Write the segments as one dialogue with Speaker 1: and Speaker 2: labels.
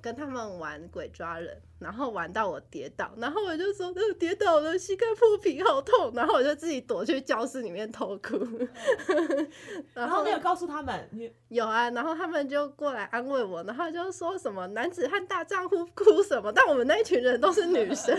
Speaker 1: 跟他们玩鬼抓人，然后玩到我跌倒，然后我就说呃跌倒了，膝盖破皮好痛，然后我就自己躲去教室里面偷哭， 然
Speaker 2: 哦然后没有告诉他们，你
Speaker 1: 有啊，然后他们就过来安慰我，然后就说什么男子汉大丈夫哭什么，但我们那一群人都是女生。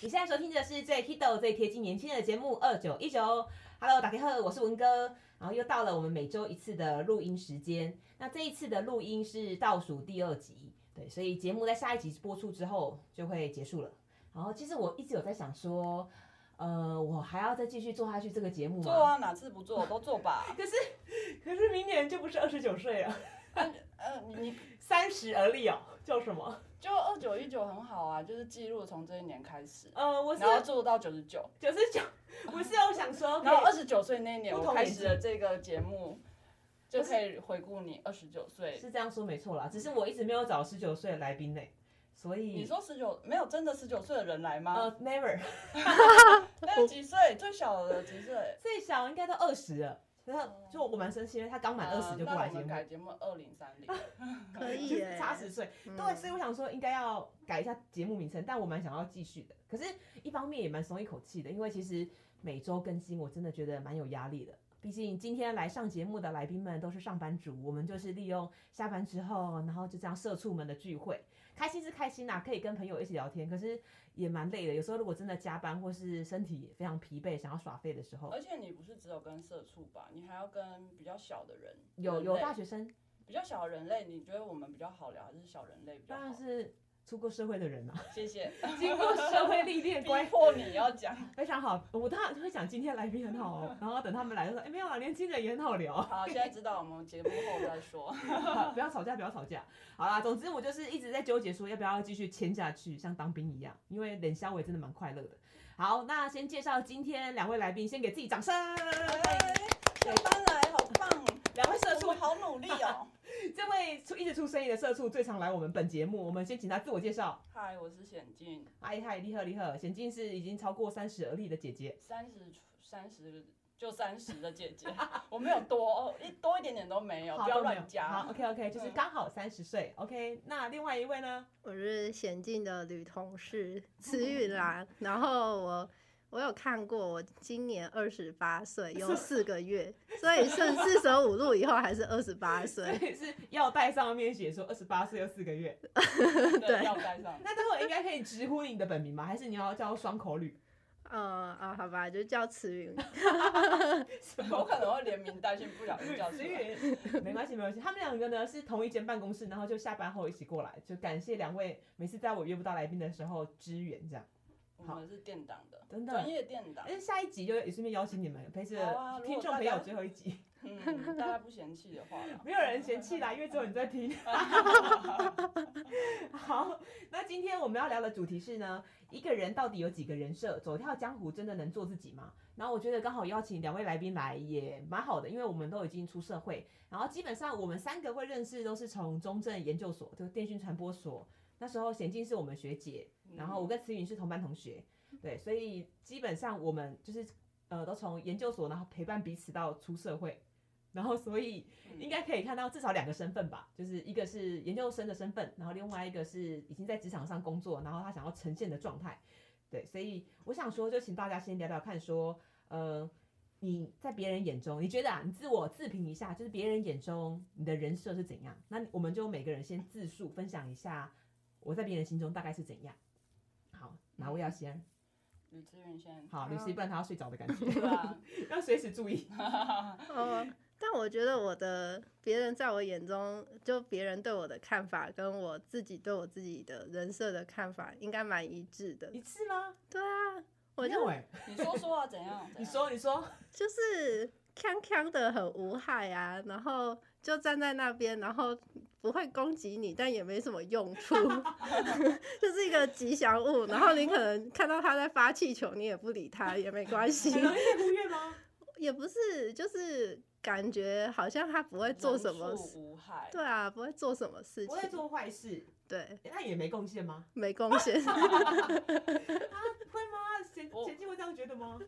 Speaker 2: 你现在收听的是最 Kido 最贴近年轻人的节目二九一九。Hello，大家好，我是文哥。然后又到了我们每周一次的录音时间。那这一次的录音是倒数第二集，对，所以节目在下一集播出之后就会结束了。然后其实我一直有在想说，呃，我还要再继续做下去这个节目吗？
Speaker 3: 做啊，哪次不做都做 吧。
Speaker 2: 可是可是明年就不是二十九岁了，
Speaker 3: 呃，你
Speaker 2: 三十而立哦，叫什么？
Speaker 3: 就二九一九很好啊，就是记录从这一年开始，
Speaker 2: 呃，我是
Speaker 3: 然后做到九十九，
Speaker 2: 九十九，我是有想说，
Speaker 3: 然后二十九岁那一年
Speaker 2: 不
Speaker 3: 我
Speaker 2: 同
Speaker 3: 开
Speaker 2: 年
Speaker 3: 始
Speaker 2: 纪
Speaker 3: 了这个节目，就可以回顾你二十九岁。
Speaker 2: 是这样说没错啦，只是我一直没有找十九岁的来宾呢、所以
Speaker 3: 你说十九没有真的十九岁的人来吗？
Speaker 2: 呃 never
Speaker 3: 那几岁最小的几岁？
Speaker 2: 最小应该都二十了，然后就我蛮生气的，他刚满二十就过
Speaker 3: 哦呃那
Speaker 2: 来
Speaker 3: 我
Speaker 2: 节
Speaker 3: 们
Speaker 2: 目，哦
Speaker 3: 改节目二零三零，
Speaker 1: 可以
Speaker 2: 就是
Speaker 1: 耶
Speaker 2: 差十岁，
Speaker 1: 嗯
Speaker 2: 对，所以我想说应该要改一下节目名称，但我蛮想要继续的，可是一方面也蛮松一口气的，因为其实每周更新我真的觉得蛮有压力的。毕竟今天来上节目的来宾们都是上班族，我们就是利用下班之后，然后就这样社畜们的聚会，开心是开心啦、可以跟朋友一起聊天，可是也蛮累的。有时候如果真的加班或是身体非常疲惫，想要耍废的时候，
Speaker 3: 而且你不是只有跟社畜吧？你还要跟比较小的人，
Speaker 2: 有
Speaker 3: 人
Speaker 2: 有
Speaker 3: 类
Speaker 2: 大学生
Speaker 3: 比较小的人类，你觉得我们比较好聊，还是小人类比较
Speaker 2: 当
Speaker 3: 好
Speaker 2: 然？是出过社会的人啊，
Speaker 3: 谢谢，
Speaker 2: 经过社会历 练，乖
Speaker 3: 逼迫你要讲。
Speaker 2: 非常好。我当然会讲今天来宾很好 哦，然后等他们来就说，哎、没有啊，年轻人也很好聊。
Speaker 3: 好，现在知道我们节目后再说。
Speaker 2: 好不要吵架，不要吵架。好啦，总之我就是一直在纠结说要不要继续签下去，像当兵一样，因为冷消我也真的蛮快乐的。好，那先介绍今天两位来宾，先给自己掌声。哎
Speaker 3: 下班哎来，好棒！哦
Speaker 2: 两位社
Speaker 3: 我
Speaker 2: 畜，
Speaker 3: 好努力 哦。
Speaker 2: 这位出一直出生意的社畜最常来我们本节目，我们先请他自我介绍。
Speaker 3: 嗨，我是显静，
Speaker 2: 嗨嗨，厉害厉害，娴静是已经超过三十而立的姐姐，
Speaker 3: 三十三十就三十的姐 姐，我没有多一多一点点都没有，不要
Speaker 2: 都没有
Speaker 3: 乱加
Speaker 2: 好。，OK OK，就是
Speaker 3: 嗯
Speaker 2: 刚好三十岁。OK，那另外一位呢？
Speaker 1: 我是娴静的女同事慈雨兰，然后我我有看过，我今年二十八岁，有四个月，所以剩四舍五入以后还是二十八岁。
Speaker 2: 对，是药袋上面写说二十八岁又四个月。
Speaker 3: 对，要带上。
Speaker 2: 那最后应该可以直呼你的本名吗？还是你要叫双口女？
Speaker 1: 嗯啊，好吧，就叫慈云。
Speaker 3: 我可能会连名带姓不小心叫出
Speaker 2: 所
Speaker 3: 来。
Speaker 2: 以没关系，没关系。他们两个呢是同一间办公室，然后就下班后一起过来，就感谢两位每次在我约不到来宾的时候支援，这样。
Speaker 3: 我们是电档 的，
Speaker 2: 真的
Speaker 3: 专业电档
Speaker 2: 但。是下一集就也顺便邀请你们，陪
Speaker 3: 好啊
Speaker 2: 着
Speaker 3: 如果
Speaker 2: 听众
Speaker 3: 大
Speaker 2: 朋
Speaker 3: 家
Speaker 2: 友最后一集，
Speaker 3: 嗯，大家不嫌弃的话啦，
Speaker 2: 没有人嫌弃啦，因为只有你在听。好，那今天我们要聊的主题是呢，一个人到底有几个人设？走跳江湖真的能做自己吗？然后我觉得刚好邀请两位来宾来也蛮好的，因为我们都已经出社会，然后基本上我们三个会认识都是从中正研究所，就是电讯传播所。那时候娴静是我们学姐，
Speaker 3: 嗯
Speaker 2: 然后我跟慈云是同班同学，对，所以基本上我们就是呃都从研究所，然后陪伴彼此到出社会，然后所以
Speaker 3: 嗯
Speaker 2: 应该可以看到至少两个身份吧，就是一个是研究生的身份，然后另外一个是已经在职场上工作，然后他想要呈现的状态。对，所以我想说，就请大家先聊聊看，说，呃，你在别人眼中，你觉得啊，你自我自评一下，就是别人眼中你的人设是怎样？那我们就每个人先自述分享一下，我在别人心中大概是怎样。好，哪位要先？
Speaker 3: 吕志云先。
Speaker 2: 好，律师，不然他要睡着的感觉，
Speaker 3: 对啊，
Speaker 2: 要随时注意。
Speaker 1: 哦，但我觉得我的别人在我眼中，就别人对我的看法，跟我自己对我自己的人设的看法，应该蛮一致的。
Speaker 2: 一次吗？
Speaker 1: 对啊，我
Speaker 2: 没
Speaker 1: 就
Speaker 2: 有哎，
Speaker 3: 你说说啊，怎样？怎样
Speaker 2: 你说，你说，
Speaker 1: 就是康康的很无害啊，然后就站在那边，然后不会攻击你，但也没什么用 处， 就是一个吉祥物。然后你可能看到他在发气球，你也不理他，也没关 系，
Speaker 2: 很容易被忽略吗？
Speaker 1: 也不是，就是感觉好像他不会做什么
Speaker 3: 人
Speaker 1: 事，
Speaker 3: 畜无害。
Speaker 1: 对啊，不会做什么事
Speaker 2: 不会
Speaker 1: 情，
Speaker 2: 做坏事，欸
Speaker 1: 对，
Speaker 2: 那也没贡献吗？
Speaker 1: 没贡 献。
Speaker 2: 会吗？前
Speaker 3: 我
Speaker 2: 前期会这样觉得吗？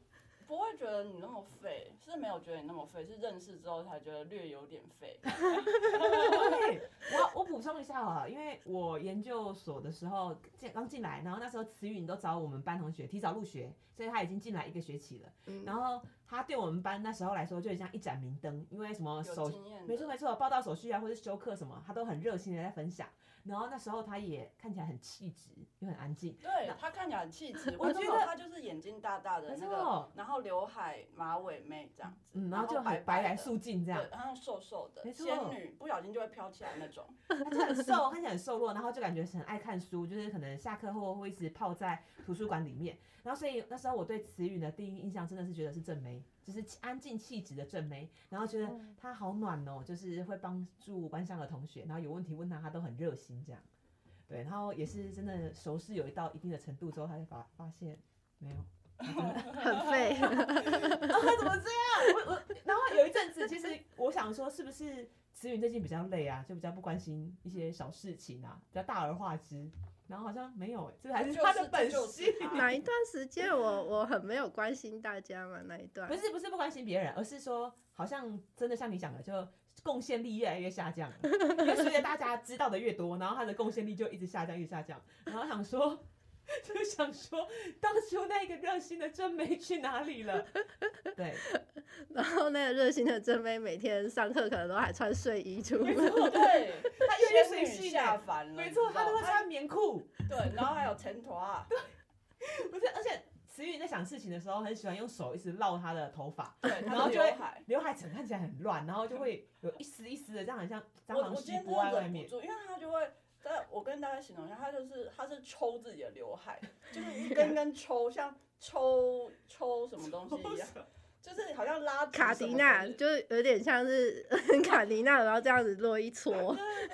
Speaker 3: 不会觉得你那么废，是没有觉得你那么废，是认识之后才觉得略有点 废。
Speaker 2: 对，我我补充一下啊，因为我研究所的时候进刚进来，然后那时候词语你都找我们班同学提早入学，所以他已经进来一个学期了。
Speaker 1: 嗯
Speaker 2: 然后他对我们班那时候来说，就很像一盏明灯，因为什么
Speaker 3: 有
Speaker 2: 手
Speaker 3: 经验的，
Speaker 2: 没错没错，报道手续啊，或是修课什么，他都很热心的在分享。然后那时候他也看起来很气质，又很安静。
Speaker 3: 对他看起来很气质，
Speaker 2: 我
Speaker 3: 我
Speaker 2: 觉
Speaker 3: 觉
Speaker 2: 得
Speaker 3: 得他就是眼睛大大的
Speaker 2: 没
Speaker 3: 那个，
Speaker 2: 错，
Speaker 3: 然后刘海马尾妹这样子，
Speaker 2: 嗯，然后就
Speaker 3: 白
Speaker 2: 很白
Speaker 3: 白
Speaker 2: 来
Speaker 3: 的
Speaker 2: 素净这样
Speaker 3: 对，，然后瘦瘦的
Speaker 2: 没错
Speaker 3: 仙女，不小心就会飘起来那 种。
Speaker 2: 他就很瘦，看起来很瘦弱，然后就感觉很爱看书，就是可能下课后会一直泡在图书馆里面。然后所以那时候我对词语的第一印象真的是觉得是正妹，就是安静气质的正妹，然后觉得
Speaker 1: 嗯
Speaker 2: 她好暖哦，就是会帮助班上的同学，然后有问题问她，她都很热心这样。对，然后也是真的熟识有到一定的程度之后，她才发发现没有。
Speaker 1: 很废，
Speaker 2: 他怎么这样？我我，然后有一阵子，其实我想说，是不是慈云最近比较累啊，就比较不关心一些小事情啊，比较大而化之。然后好像没有、欸，这还是他的本
Speaker 3: 就
Speaker 2: 性
Speaker 3: 是。他
Speaker 1: 哪一段时间我我很没有关心大家嘛？那一段
Speaker 2: 不是不是不关心别人，而是说好像真的像你讲的，就贡献力越来越下降了。因为随着大家知道的越多，然后他的贡献力就一直下降，一直下降。然后想说，就想说，当初那个热心的正妹去哪里了？对，
Speaker 1: 然后那个热心的正妹每天上课可能都还穿睡衣出
Speaker 2: 没
Speaker 1: 门，
Speaker 2: 错，
Speaker 3: 对，
Speaker 2: 他越来越随
Speaker 3: 仙女
Speaker 2: 性、
Speaker 3: 下
Speaker 2: 欸。
Speaker 3: 凡了，
Speaker 2: 没
Speaker 3: 你
Speaker 2: 错，
Speaker 3: 知道
Speaker 2: 他都会
Speaker 3: 吗
Speaker 2: 穿棉裤。
Speaker 3: 对，然后还有前 头啊，
Speaker 2: 不是，而且词语在想事情的时候，很喜欢用手一直绕他的头发，
Speaker 3: 对，
Speaker 2: 然
Speaker 3: 他
Speaker 2: 后
Speaker 3: 的
Speaker 2: 就会
Speaker 3: 刘海。
Speaker 2: 刘海整看起来很乱，然后就会有一丝一丝的，这样很像蟑
Speaker 3: 我
Speaker 2: 螂
Speaker 3: 我今
Speaker 2: 吸
Speaker 3: 天真
Speaker 2: 不在
Speaker 3: 的
Speaker 2: 外
Speaker 3: 忍不
Speaker 2: 面。
Speaker 3: 住，因为他就会，但我跟大家形容一下，他就是他是抽自己的刘海， 就是一根根抽，像抽抽什么东西一样，就是好像拉直
Speaker 1: 卡
Speaker 3: 什么
Speaker 1: 迪娜
Speaker 3: 东西
Speaker 1: 就有点像是 卡迪娜，然后这样子落一 撮，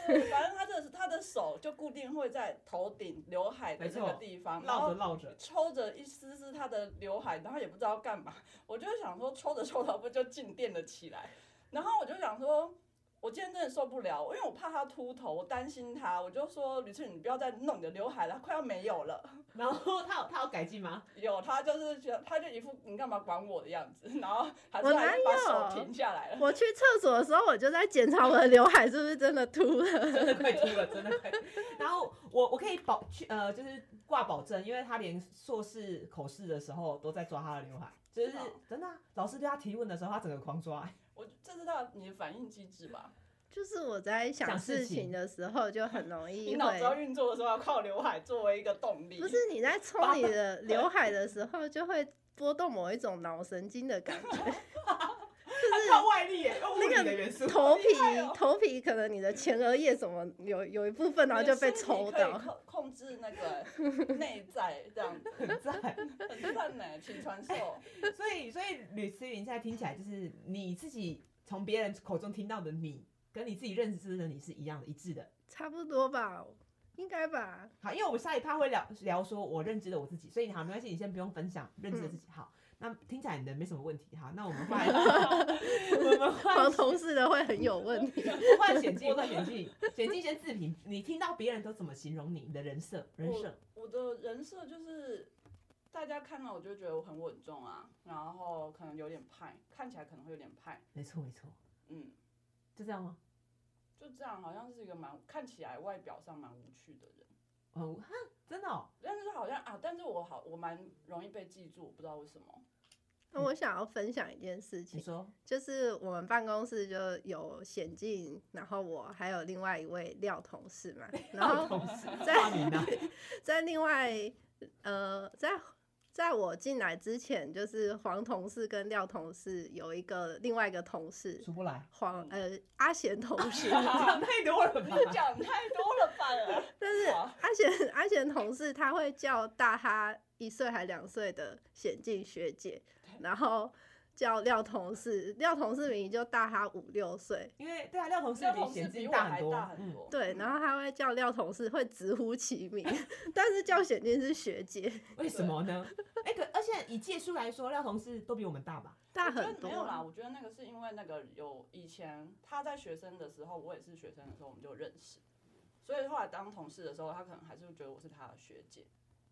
Speaker 3: 对，反正他这是他的手就固定会在头顶刘海的
Speaker 2: 没
Speaker 3: 那个
Speaker 2: 错
Speaker 3: 地方，然
Speaker 2: 绕
Speaker 3: 后
Speaker 2: 着绕着，
Speaker 3: 抽着一丝丝他的刘海，然后也不知道干嘛。我就想说，抽着抽着不就静电了起来？然后我就想说，我今天真的受不了，因为我怕他秃头，我担心他，我就说吕翠，你不要再弄你的刘海了，快要没有了。
Speaker 2: 然后他有他有改进吗？
Speaker 3: 有他就是觉得，他就一副你干嘛管我的样子， 然后还是
Speaker 1: 我
Speaker 3: 还
Speaker 1: 哪
Speaker 3: 是把
Speaker 1: 有
Speaker 3: 手停下来了。
Speaker 1: 我去厕所的时候，我就在检查我的刘海是不是真的秃了。
Speaker 2: 真的快秃了，真的快。然后我我可以保去呃，就是挂保证，因为他连硕士口试的时候都在抓他的刘海，就是
Speaker 3: 是哦
Speaker 2: 真的啊、老师对他提问的时候，他整个狂抓、
Speaker 3: 我这知道你的反应机制吧？
Speaker 1: 就是我在想
Speaker 2: 想事
Speaker 1: 事
Speaker 2: 情
Speaker 1: 情的时候，就很容易
Speaker 3: 你脑子要
Speaker 1: 会，
Speaker 3: 运作的时候要靠刘海作为一个动力。
Speaker 1: 不是你在
Speaker 2: 把
Speaker 1: 冲你的刘海的时候，就会波动某一种脑神经的 感觉。
Speaker 2: 他靠外力耶，用物理的元素。
Speaker 1: 头皮
Speaker 3: 哦
Speaker 1: 头皮可能你的前额叶什么有有一部分，然后
Speaker 3: 你的
Speaker 1: 就被
Speaker 3: 身体
Speaker 1: 抽
Speaker 3: 可以
Speaker 1: 到。
Speaker 3: 控控制那个内在这样子，
Speaker 2: 很赞，
Speaker 3: 很赞 呢，请传授。
Speaker 2: 所以，所以吕思云现在听起来就是你自己从别人口中听到的你，跟你自己认知的你是一样的、一致的。
Speaker 1: 差不多吧，应该吧。
Speaker 2: 好，因为我们下一趴会聊聊说我认知的我自己，所以好，没关系，你先不用分享认知的自己。好，那听起来你的没什么问题。好，那我们 换，我 们
Speaker 1: 黄
Speaker 2: 换，
Speaker 1: 同事的会很 有问题。
Speaker 2: 换险境，换险境，险境先自评，你听到别人都怎么形容你，你的人设，人设，
Speaker 3: 我的人设就是，大家看到我就觉得我很稳重啊，然后可能有点派，看起来可能会有点派，
Speaker 2: 没错没错，
Speaker 3: 嗯，
Speaker 2: 就这样吗？
Speaker 3: 就这样，好像是一个蛮看起来外表上蛮无趣的人，
Speaker 2: 哦，哈，真的哦，
Speaker 3: 但是好像啊，但是我好我蛮容易被记住，我不知道为什么。
Speaker 1: 那我想要分享一件事
Speaker 2: 你
Speaker 1: 情，
Speaker 2: 说，
Speaker 1: 就是我们办公室就有显进，然后我还有另外一位廖同事嘛，然后
Speaker 2: 同事，啊
Speaker 1: 在
Speaker 2: 化 名呢？
Speaker 1: 在另外呃，在在我进来之前，就是黄同事跟廖同事有一个另外一个同事
Speaker 2: 出不来，
Speaker 1: 黄呃阿贤同 事，
Speaker 2: 讲 太多了吧？
Speaker 3: 你讲太多了吧？
Speaker 1: 但是
Speaker 3: 好
Speaker 1: 阿贤 阿贤同事他会叫大他一岁还两岁的显进学姐，然后叫廖同事，廖同事明明就大他五六岁，
Speaker 2: 因为对啊，廖同事
Speaker 3: 这
Speaker 2: 比
Speaker 3: 同事
Speaker 2: 贤
Speaker 3: 比
Speaker 2: 金
Speaker 3: 我还
Speaker 2: 很多，
Speaker 3: 大很多。嗯
Speaker 1: 对，然后他会叫廖同事会直呼其名， 但是叫显进是学姐，
Speaker 2: 嗯，为什么 呢？哎、可而且以届数来说，廖同事都比我们大吧？
Speaker 1: 大
Speaker 3: 我觉
Speaker 1: 很
Speaker 3: 得
Speaker 1: 多
Speaker 3: 没。有
Speaker 2: 啊
Speaker 3: 啦，我觉得那个是因为那个有以前他在学生的时候，我也是学生的时候，我们就认识，所以后来当同事的时候，他可能还是会觉得我是他的学姐、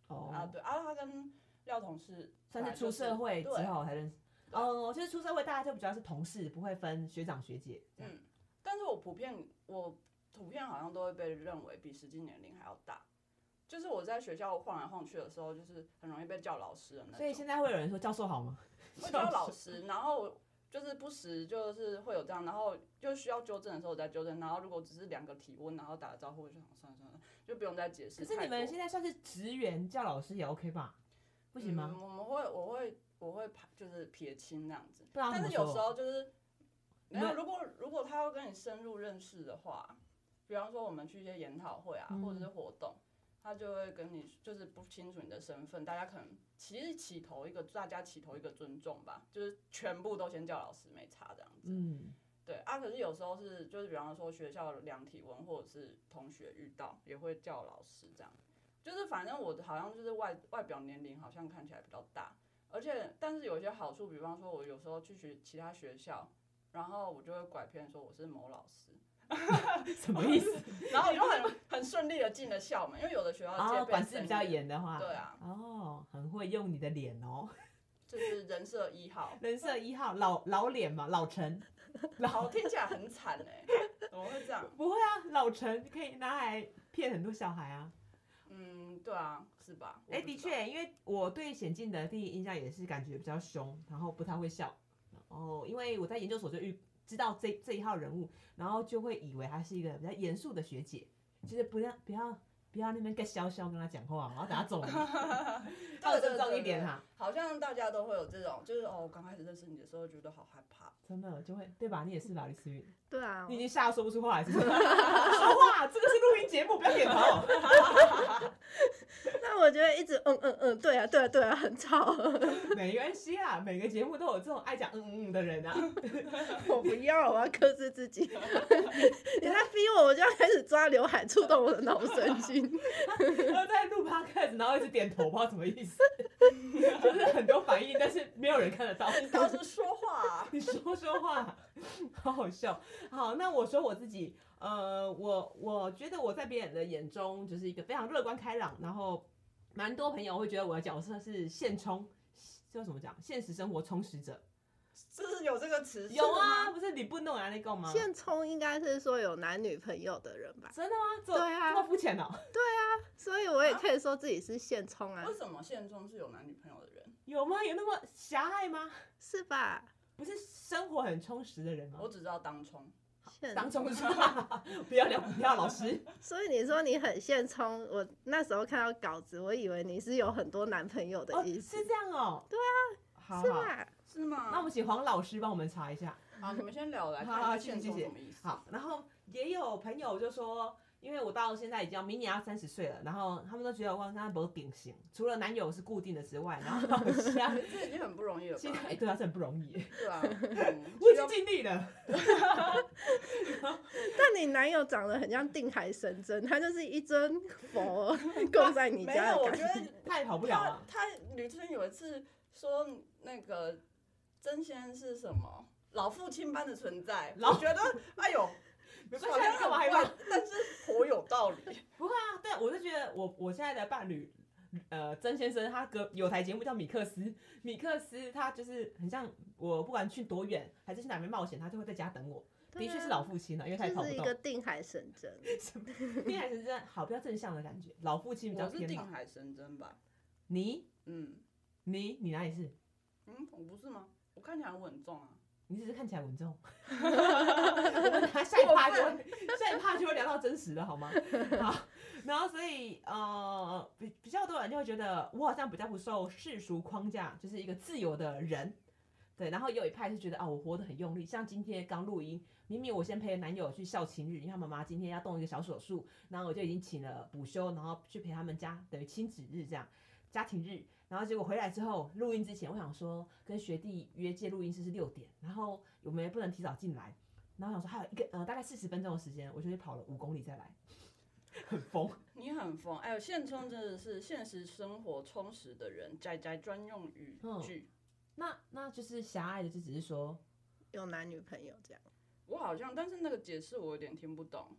Speaker 3: 啊，
Speaker 2: 哦，
Speaker 3: 对啊，他跟廖同事
Speaker 2: 算是出社会之后才认识。哦，就是出社会，大家就比较是同事，不会分学长学姐这样。
Speaker 3: 嗯，但是我普遍我普遍好像都会被认为比实际年龄还要大，就是我在学校晃来晃去的时候，就是很容易被叫老师的那种。
Speaker 2: 所以现在会有人说教授好 吗？
Speaker 3: 会教老师，然后就是不时就是会有这样，然后就需要纠正的时候我再纠正，然后如果只是两个体温，然后打个招呼，我就想算了算了，就不用再解释
Speaker 2: 可
Speaker 3: 太
Speaker 2: 是
Speaker 3: 多。
Speaker 2: 你们现在算是职员，叫老师也 OK 吧？不行吗？
Speaker 3: 嗯我们会我会我会排就是撇清那样子，
Speaker 2: 不然他
Speaker 3: 但
Speaker 2: 怎
Speaker 3: 是
Speaker 2: 么
Speaker 3: 有
Speaker 2: 说
Speaker 3: 时候就是没有，
Speaker 2: 那
Speaker 3: 如果如果他要跟你深入认识的话，比方说我们去一些研讨会啊，
Speaker 2: 嗯
Speaker 3: 或者是活动。他就会跟你就是不清楚你的身份，大家可能其实起头一个，大家起头一个尊重吧，就是全部都先叫老师没差这样子。
Speaker 2: 嗯，
Speaker 3: 对啊，可是有时候是就是比方说学校量体温，或者是同学遇到也会叫老师这样，就是反正我好像就是外外表年龄好像看起来比较大，而且但是有一些好处，比方说我有时候去学其他学校，然后我就会拐骗说我是某老师，
Speaker 2: 什么意思？
Speaker 3: 然 后我就很很顺利的进了校门，因为有的学校戒
Speaker 2: 哦，
Speaker 3: 备
Speaker 2: 管制
Speaker 3: 森
Speaker 2: 比较
Speaker 3: 严，
Speaker 2: 严的话，
Speaker 3: 对啊，
Speaker 2: 哦，很会用你的脸哦，
Speaker 3: 就是人设一号，
Speaker 2: 人设一号老老脸嘛，老陈，
Speaker 3: 好听起来很惨哎、怎么会这样？
Speaker 2: 不会啊，老陈可以拿来骗很多小孩啊。
Speaker 3: 嗯，对啊，是吧？我
Speaker 2: 哎、
Speaker 3: 不
Speaker 2: 的
Speaker 3: 知道，
Speaker 2: 确，因为我对显进的第一印象也是感觉比较凶，然后不太会笑，然后因为我在研究所就遇知道这这一号人物，然后就会以为她是一个比较严肃的学姐，就是不要不要不要那边跟潇潇跟她讲话，然后等她 走了，要
Speaker 3: 对
Speaker 2: 尊重一点哈、。啊
Speaker 3: 对对好像大家都会有这种，就是哦，我刚开始认识你的时候觉得好害 怕，
Speaker 2: 真的就会对吧？你也是吧，李思韵，
Speaker 1: 对啊
Speaker 2: 你已，经吓得说不出话来，是不是？说话，这个是录音节目，不要点头。
Speaker 1: 那我觉得一直嗯嗯嗯，对啊对啊对啊，很吵，
Speaker 2: 没关系啊，每个节目都有这种爱讲嗯嗯嗯的人啊。
Speaker 1: 我不要，我要克制自 己。你在逼我，我就要开始抓刘海，触动我的脑神 经。
Speaker 2: 然后在录 podcast，然后一直点头，不知道什么意思， 就是很多反应，但是没有人看得到。。
Speaker 3: 你倒是说话、啊
Speaker 2: 你说说话，好好笑。好，那我说我自己，呃，我我觉得我在别人的眼中就是一个非常乐观开朗，然后蛮多朋友会觉得我的角色是现充，叫什么讲？现实生活充实者。
Speaker 3: 是有这个词
Speaker 2: 有啊，，不是你不弄啊那个吗？
Speaker 1: 现充应该是说有男女朋友的人吧，
Speaker 2: 真的吗？这么
Speaker 1: 对啊
Speaker 2: 这么肤浅哦。
Speaker 1: 所以我也可以说自己是现充啊
Speaker 3: 为，什么现状是有男女朋友的人？
Speaker 2: 有吗？有那么狭隘吗？
Speaker 1: 是吧？
Speaker 2: 不是生活很充实的人吗
Speaker 3: 我？只知道当冲，
Speaker 1: 现
Speaker 2: 当中是吧？ 不要聊股票，老师。
Speaker 1: 所以你说你很现充，我那时候看到稿子，我以为你是有很多男朋友的
Speaker 2: 哦，
Speaker 1: 意思，
Speaker 2: 是这样哦。对啊。好
Speaker 1: 是
Speaker 2: 好，
Speaker 1: 吧？
Speaker 3: 是吗？
Speaker 2: 那我们请黄老师帮我们查一下。
Speaker 3: 好，你们先聊来
Speaker 2: 好好
Speaker 3: 看现
Speaker 2: 谢
Speaker 3: 状
Speaker 2: 谢
Speaker 3: 什么意思。
Speaker 2: 好，然后也有朋友就说，因为我到现在已经要明年要三十岁了，然后他们都觉得我跟他不典型，除了男友是固定的之外，然后其他
Speaker 3: 这已经很不容易了
Speaker 2: 其
Speaker 3: 吧？
Speaker 2: 他哎，对啊，这很不容 易，
Speaker 3: 对啊，嗯
Speaker 2: 我已
Speaker 3: 需
Speaker 2: 经
Speaker 3: 要
Speaker 2: 尽力了。
Speaker 1: 但你男友长得很像定海神针，他就是一尊佛供在你
Speaker 3: 没
Speaker 1: 家
Speaker 3: 有，
Speaker 1: 的
Speaker 3: 我
Speaker 1: 感
Speaker 3: 觉
Speaker 1: 觉。
Speaker 3: 得
Speaker 2: 他也跑不了
Speaker 3: 他
Speaker 2: 啊。
Speaker 3: 他女生有一次说那个真仙是什么老父亲般的存在，
Speaker 2: 老
Speaker 3: 我觉得哎呦，
Speaker 2: 没关
Speaker 3: 好
Speaker 2: 系啊，你
Speaker 3: 像很
Speaker 2: 干嘛害怕？
Speaker 3: 怪，但是颇有道理。
Speaker 2: 不会啊，对我就觉得我我现在的伴侣，呃，曾先生他隔有台节目叫米克斯，米克斯他就是很像我，不管去多远还是去哪边冒险，他就会在家等我。的
Speaker 1: 对啊
Speaker 2: 确是老父亲了、因为他也跑
Speaker 1: 就
Speaker 2: 不
Speaker 1: 是一
Speaker 2: 动
Speaker 1: 个。定海神针，
Speaker 2: 恋爱是这样，好比较正向的感觉，老父亲比较
Speaker 3: 我是
Speaker 2: 偏老
Speaker 3: 定。海神针吧？
Speaker 2: 你
Speaker 3: 嗯
Speaker 2: 你你哪里是？
Speaker 3: 嗯，我不是吗？我看起来我很重啊。
Speaker 2: 你只是看起来稳 重。我们他下一趴就会，下一趴就会聊到真实的好 吗？好，然后所以呃，比比较多人就会觉得我好像比较不受世俗框架，就是一个自由的人。对，然后也有一派是觉得啊，我活得很用力。像今天刚录音，明明我先陪男友去孝亲日，因为他妈妈今天要动一个小手术，然后我就已经请了补休，然后去陪他们家，等于亲子日这样，家庭日。然后结果回来之后，录音之前，我想说跟学弟约借录音室是六点，然后我们也不能提早进来，然后想说还有一个呃大概四十分钟的时间，我就去跑了五公里再来，很疯。
Speaker 3: 你很疯，哎呦，现充真的是现实生活充实的人，宅宅专用语
Speaker 2: 嗯
Speaker 3: 句。
Speaker 2: 那那就是狭隘的，就只是说
Speaker 1: 有男女朋友这样。
Speaker 3: 我好像，但是那个解释我有点听不懂，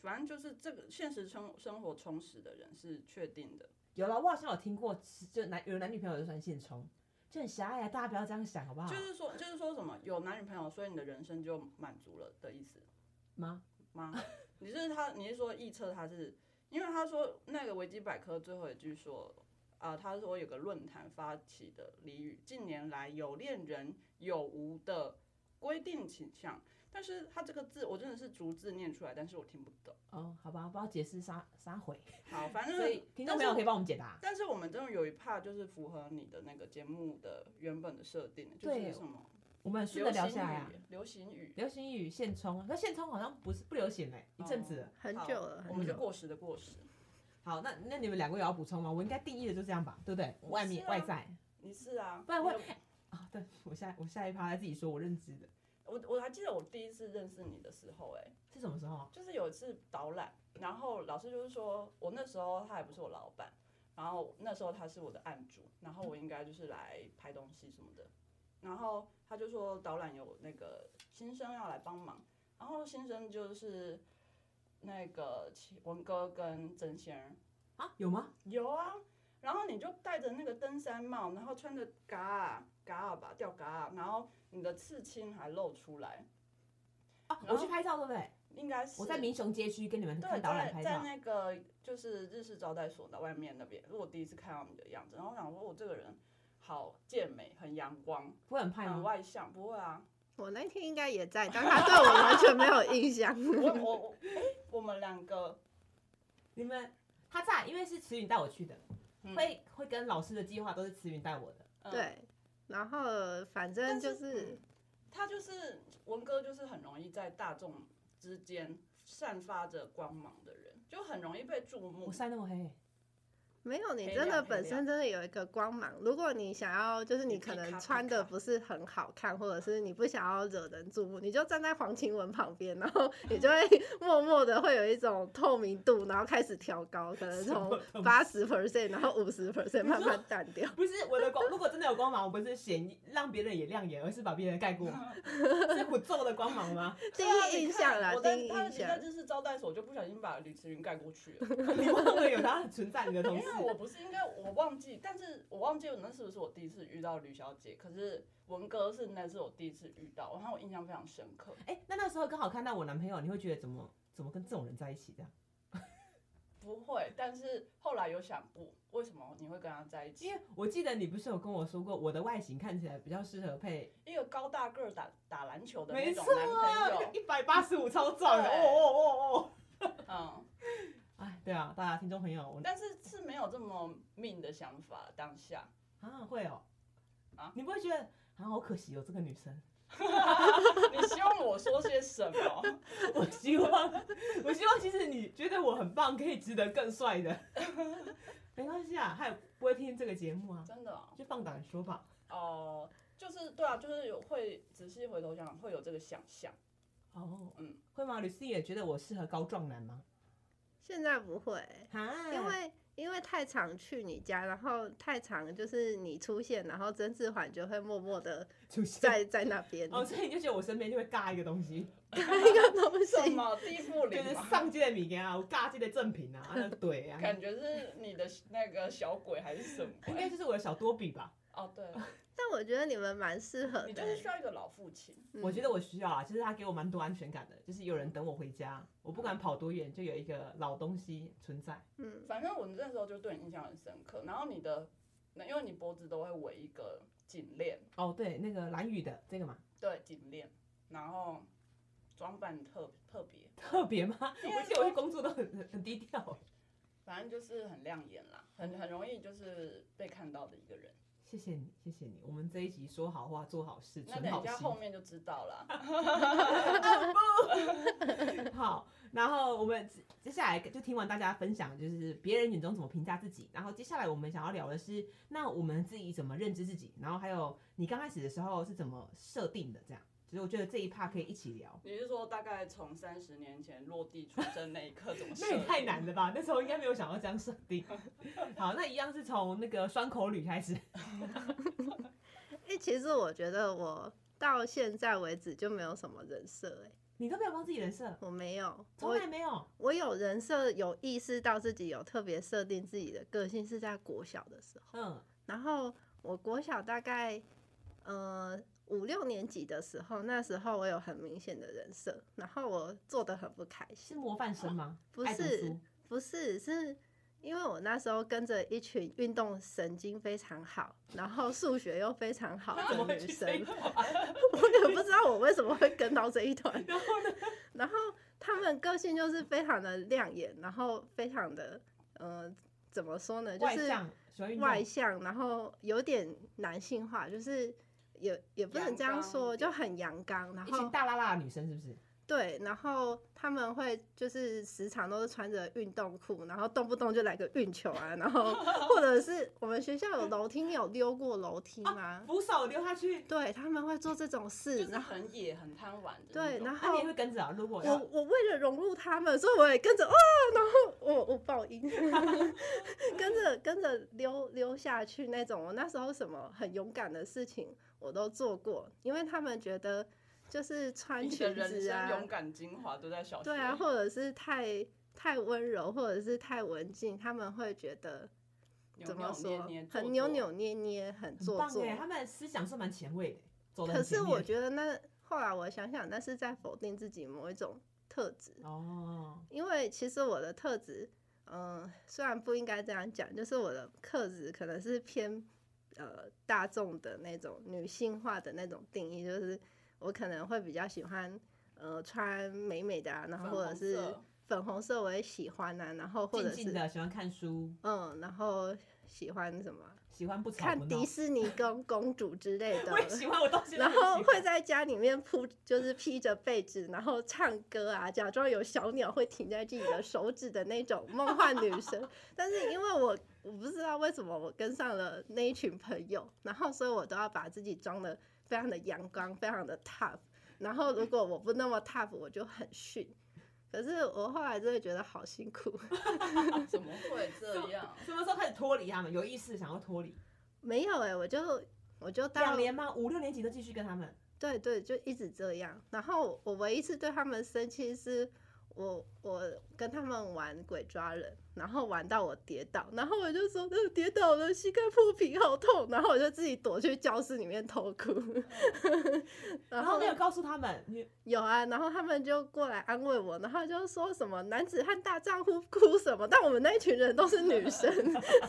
Speaker 3: 反正就是这个现实生生活充实的人是确定的。
Speaker 2: 有了，我好像有听过，就男有男女朋友就算现充，就很狭隘啊！大家不要这样想，好不好？
Speaker 3: 就是说，就是说什么有男女朋友，所以你的人生就满足了的意思
Speaker 2: 吗？
Speaker 3: 吗？ 你是他，你是说臆测他是？因为他说那个维基百科最后一句说啊、他说有个论坛发起的俚语，近年来有恋人有无的规定倾向，但是他这个字我真的是逐字念出来，但是我听不懂。
Speaker 2: 哦，好吧，不知道解释啥啥回，
Speaker 3: 好，反正
Speaker 2: 所以听众朋
Speaker 3: 嗯但是
Speaker 2: 友
Speaker 3: 我
Speaker 2: 可以帮我们解答。
Speaker 3: 但是我们真的有一 part 就是符合你的那个节目的原本的设定，就
Speaker 2: 对
Speaker 3: 是什么
Speaker 2: 我们很顺的
Speaker 3: 流行
Speaker 2: 聊
Speaker 3: 语
Speaker 2: 下来啊。，
Speaker 3: 流行语
Speaker 2: 流行语现充，那现充好像不是不流行嘞、一阵子了。
Speaker 1: 很
Speaker 3: 好
Speaker 1: 久了
Speaker 3: 我
Speaker 1: 很
Speaker 3: 们就
Speaker 1: 久
Speaker 3: 过时的过时。
Speaker 2: 好，那那你们两个有要补充吗？我应该定义的就这样吧，对不对？外面、
Speaker 3: 是啊
Speaker 2: 外在
Speaker 3: 你是啊，
Speaker 2: 不然会
Speaker 3: 你有
Speaker 2: 啊、对我下我下一趴再自己说我认知的
Speaker 3: 我我还记得我第一次认识你的时候、哎，
Speaker 2: 是什么时候？
Speaker 3: 就是有一次导览，然后老师就是说我那时候他还不是我老板，然后那时候他是我的案主，然后我应该就是来拍东西什么的，然后他就说导览有那个新生要来帮忙，然后新生就是那个齐文哥跟曾先生，
Speaker 2: 啊，有吗？
Speaker 3: 有啊，然后你就戴着那个登山帽，然后穿着嘎啊嘎吧吊嘎，啊然后你的刺青还露出来，
Speaker 2: 啊，
Speaker 3: 然
Speaker 2: 我
Speaker 3: 后
Speaker 2: 去拍照，对不对？
Speaker 3: 应该是
Speaker 2: 我在民雄街区跟你们
Speaker 3: 对，
Speaker 2: 看导览
Speaker 3: 在
Speaker 2: 拍
Speaker 3: 在
Speaker 2: 照。
Speaker 3: 那个就是日式招待所的外面那边，是我第一次看到你的样子，然后我想说我这个人好健美，很阳光，
Speaker 2: 不会很怕哦
Speaker 3: 很
Speaker 2: 吗？
Speaker 3: 外向，不会 啊，
Speaker 1: 我那天应该也在，但他对我完全没有印象。
Speaker 3: 我我我，哎，我们两个
Speaker 2: 你们他在，因为是慈云带我去的，
Speaker 3: 嗯
Speaker 2: 会会跟老师的计划都是慈云带我的。
Speaker 3: 嗯
Speaker 1: 对，然后反正
Speaker 3: 但
Speaker 1: 就是是
Speaker 3: 嗯他就是文哥，就是很容易在大众之间散发着光芒的人，就很容易被注目
Speaker 2: 我。晒那么黑，
Speaker 1: 没有，你
Speaker 3: 黑
Speaker 1: 真的
Speaker 3: 亮黑
Speaker 1: 本身
Speaker 3: 亮
Speaker 1: 真的有一个光芒。如果你想要，就是
Speaker 3: 你
Speaker 1: 你可
Speaker 3: 可以
Speaker 1: 能
Speaker 3: 咔
Speaker 1: 穿
Speaker 3: 咔
Speaker 1: 的
Speaker 3: 咔
Speaker 1: 不是很好看，或者是你不想要惹人注目，你就站在黄晴雯旁边，然后你就 会默默的会有一种透明度，然后开始调高，可能
Speaker 2: 什么
Speaker 1: 从
Speaker 2: 东
Speaker 1: 八十 percent，然后五十 percent 慢
Speaker 2: 说
Speaker 1: 慢淡掉。
Speaker 2: 不是我的光， 如果真的有光芒，我不是显让别人也亮眼，而是把别人盖 过，是我皱的光芒 吗？
Speaker 1: 第
Speaker 3: 对啊
Speaker 1: 一
Speaker 3: 你
Speaker 1: 印
Speaker 3: 看
Speaker 1: 象啦，
Speaker 3: 我
Speaker 1: 第
Speaker 3: 在
Speaker 1: 一
Speaker 3: 他
Speaker 1: 印
Speaker 3: 你在
Speaker 1: 象。
Speaker 3: 日式招待所就不小心把吕慈云盖过去了，
Speaker 2: 你忘了有他存在你的同
Speaker 3: 因
Speaker 2: 事
Speaker 3: 为我不是应该我忘记，但是我忘记我那是不是我第一次遇到吕小姐，可是文哥是那是我第一次遇到，然后我印象非常深刻。
Speaker 2: 哎、那那时候刚好看到我男朋友，你会觉得怎么怎么跟这种人在一起这样？
Speaker 3: 不会，但是后来有想过为什么你会跟他在一起
Speaker 2: 因？为我记得你不是有跟我说过，我的外形看起来比较适合配，
Speaker 3: 一个高大个儿打打篮球的那
Speaker 2: 没
Speaker 3: 种
Speaker 2: 错
Speaker 3: 男
Speaker 2: 啊
Speaker 3: 朋，
Speaker 2: 一百八十五超壮的，哦
Speaker 3: 对
Speaker 2: 哦哦哦。
Speaker 3: 友，嗯，
Speaker 2: 哎，对啊，大家听众朋友，我
Speaker 3: 但是是没有这么命的想法当下。
Speaker 2: 啊会哦，
Speaker 3: 啊
Speaker 2: 你不会觉得啊好可惜哦，这个女生，
Speaker 3: 你希望我说些什么？
Speaker 2: 我希望我希望其实你觉得我很棒，可以值得更帅的， 没关系啊，他也不会听这个节目啊，
Speaker 3: 真的哦、
Speaker 2: 就放胆说吧。
Speaker 3: 哦、就是对啊，就是有会仔细回头想，会有这个想 象。
Speaker 2: 哦，
Speaker 3: 嗯
Speaker 2: 会吗？吕思也觉得我适合高壮男吗？
Speaker 1: 现在不会、
Speaker 3: 哎
Speaker 2: 啊
Speaker 1: 因为因为太常去你家，然后太常就是你出现，然后曾志环就会默默 的
Speaker 2: 出现
Speaker 1: 在在那边
Speaker 2: 哦，所以你就觉得我身边就会尬一个东 西，
Speaker 1: 看一个东
Speaker 3: 什
Speaker 1: 西。
Speaker 3: 么地富
Speaker 2: 就
Speaker 3: 林
Speaker 2: 是
Speaker 3: 吗？
Speaker 2: 上届的米给啊，我尬这的赠品啊，啊那怼啊，
Speaker 3: 感觉是你的那个小鬼还是什么？
Speaker 2: 应该就是我的小多比吧。
Speaker 3: 哦，对，
Speaker 1: 但我觉得你们蛮适合
Speaker 3: 你
Speaker 1: 的
Speaker 3: 就是需
Speaker 1: 欸、
Speaker 3: 要一个老父亲。
Speaker 1: 嗯
Speaker 2: 我觉得我需要啊，就是他给我蛮多安全感的，就是有人等我回家，我不管跑多远，就有一个老东西存在。
Speaker 1: 嗯，
Speaker 3: 反正我那时候就对你印象很深刻。然后你的，那因为你脖子都会围一个颈链，
Speaker 2: 哦，对，那个蓝雨的这个嘛，
Speaker 3: 对，颈链，然后装扮特特别，
Speaker 2: 特别吗？
Speaker 3: 因为
Speaker 2: 我记得我去工作都很很很低调。
Speaker 3: 反正就是很亮眼啦，很很容易就是被看到的一个人。
Speaker 2: 谢谢你，谢谢你。我们这一集说好话，做好事，
Speaker 3: 那
Speaker 2: 存
Speaker 3: 等
Speaker 2: 好
Speaker 3: 一下
Speaker 2: 心
Speaker 3: 后。面就知道啦。
Speaker 2: 好，然后我们接接下来就听完大家分享，就是别人眼中怎么评价自己，然后接下来我们想要聊的是，那我们自己怎么认知自己，然后还有你刚开始的时候是怎么设定的，这样，就是我觉得这一趴可以一起 聊。
Speaker 3: 你是说大概从三十年前落地出生那一刻 怎么设
Speaker 2: 那
Speaker 3: 定？
Speaker 2: 也太难了吧？那时候应该没有想到这样设 定。好，那一样是从那个双口吕开始。
Speaker 1: 哎、其实我觉得我到现在为止就没有什么人设、欸，
Speaker 2: 你都没有帮自己人设，
Speaker 1: 我没有，
Speaker 2: 从
Speaker 1: 我
Speaker 2: 来没有。
Speaker 1: 我有人设，有意识到自己有特别设定自己的个性是在国小的时候。
Speaker 2: 嗯
Speaker 1: 然后我国小大概呃五六年级的时候，那时候我有很明显的人设，然后我做的很不开
Speaker 2: 是
Speaker 1: 心。
Speaker 2: 模范生吗？
Speaker 1: 不
Speaker 2: 爱读
Speaker 1: 是
Speaker 2: 书
Speaker 1: 不是，是因为我那时候跟着一群运动神经非常好，然后数学又非常好
Speaker 3: 他怎么
Speaker 1: 的
Speaker 3: 会
Speaker 1: 女
Speaker 3: 去
Speaker 1: 生
Speaker 3: 这一， 团？
Speaker 1: 我也不知道我为什么会跟到这一团。
Speaker 3: 然后呢？
Speaker 1: 然后他们个性就是非常的亮眼，然后非常的呃，怎么说呢，就
Speaker 2: 外
Speaker 1: 是
Speaker 2: 向，喜欢运动，
Speaker 1: 外向，然后有点男性化，就是也也不能这样说，
Speaker 3: 阳刚一点
Speaker 1: 就很阳刚。然
Speaker 2: 一群
Speaker 1: 后
Speaker 2: 大拉拉的女生是不是？
Speaker 1: 对，然后他们会就是时常都是穿着运动裤，然后动不动就来个运球啊，然 后或者是我们学校有楼梯，你有溜过楼梯吗？
Speaker 2: 扶手丢下去，
Speaker 1: 对他们会做这种
Speaker 3: 啊就
Speaker 1: 事，
Speaker 3: 是
Speaker 1: 然后
Speaker 3: 很野、很贪玩的那
Speaker 1: 对，
Speaker 3: 种。
Speaker 1: 然
Speaker 2: 那你
Speaker 1: 后
Speaker 2: 也会跟着啊？如果
Speaker 1: 我我为了融入他们，所以我也跟着哦，然后我我爆 音，跟着跟着溜溜下去那种。我那时候什么很勇敢的事情我都做过，因为他们觉得就是穿
Speaker 3: 你的
Speaker 1: 裙
Speaker 3: 人
Speaker 1: 子
Speaker 3: 生
Speaker 1: 啊
Speaker 3: 勇，敢精华都在小学。
Speaker 1: 对啊，或者是太太温柔，或者是太文静，他们会觉得
Speaker 3: 扭
Speaker 1: 怎
Speaker 3: 扭
Speaker 1: 么说
Speaker 3: 捏捏做
Speaker 1: 很
Speaker 3: 作欸
Speaker 1: 扭扭啊捏捏，很
Speaker 2: 很
Speaker 1: 做
Speaker 2: 棒
Speaker 1: 作。
Speaker 2: 哎，他们思想是蛮前卫的，走的
Speaker 1: 可是我觉得那后来我想想，那是在否定自己某一种特质。
Speaker 2: 哦，
Speaker 1: 因为其实我的特质，嗯、虽然不应该这样讲，就是我的特质可能是偏呃大众的那种女性化的那种定义，就是我可能会比较喜欢呃穿美美的啊，然后或者
Speaker 3: 粉红
Speaker 1: 是
Speaker 3: 色
Speaker 1: 粉红色我也喜欢啊，然后或者
Speaker 2: 静
Speaker 1: 是
Speaker 2: 静的喜欢看书，
Speaker 1: 嗯，然后喜欢什么啊
Speaker 2: 喜欢不吵不
Speaker 1: 看
Speaker 2: 闹
Speaker 1: 迪。士尼跟公主之类 的
Speaker 2: 我。也喜欢，我到现在
Speaker 1: 然
Speaker 2: 很喜欢
Speaker 1: 后会在家里面铺，就是披着被子，然后唱歌啊，假装有小鸟会停在自己的手指的那种梦幻女神。但是因为我我不知道为什么我跟上了那一群朋友，然后所以我都要把自己装的非常的阳光，非常的 tough。然后如果我不那么 tough，我就很逊。可是我后来真的觉得好辛苦，
Speaker 3: 啊怎么会这样？
Speaker 2: 什么时候开始脱离他们？有意识想要脱离，没
Speaker 1: 没有哎、我就我就到
Speaker 2: 两年吗？五六年级都继续跟他们，
Speaker 1: 对对，就一直这样。然后我唯一一次对他们生气是我我跟他们玩鬼抓人，然后玩到我跌倒，然后我就说呃跌倒了，膝盖破皮好痛，然后我就自己躲去教室里面偷哭。 然
Speaker 2: 然
Speaker 1: 后
Speaker 2: 后没有告诉他们，你
Speaker 1: 有啊，然后他们就过来安慰我，然后就说什么男子汉大丈夫哭什么，但我们那一群人都是女生，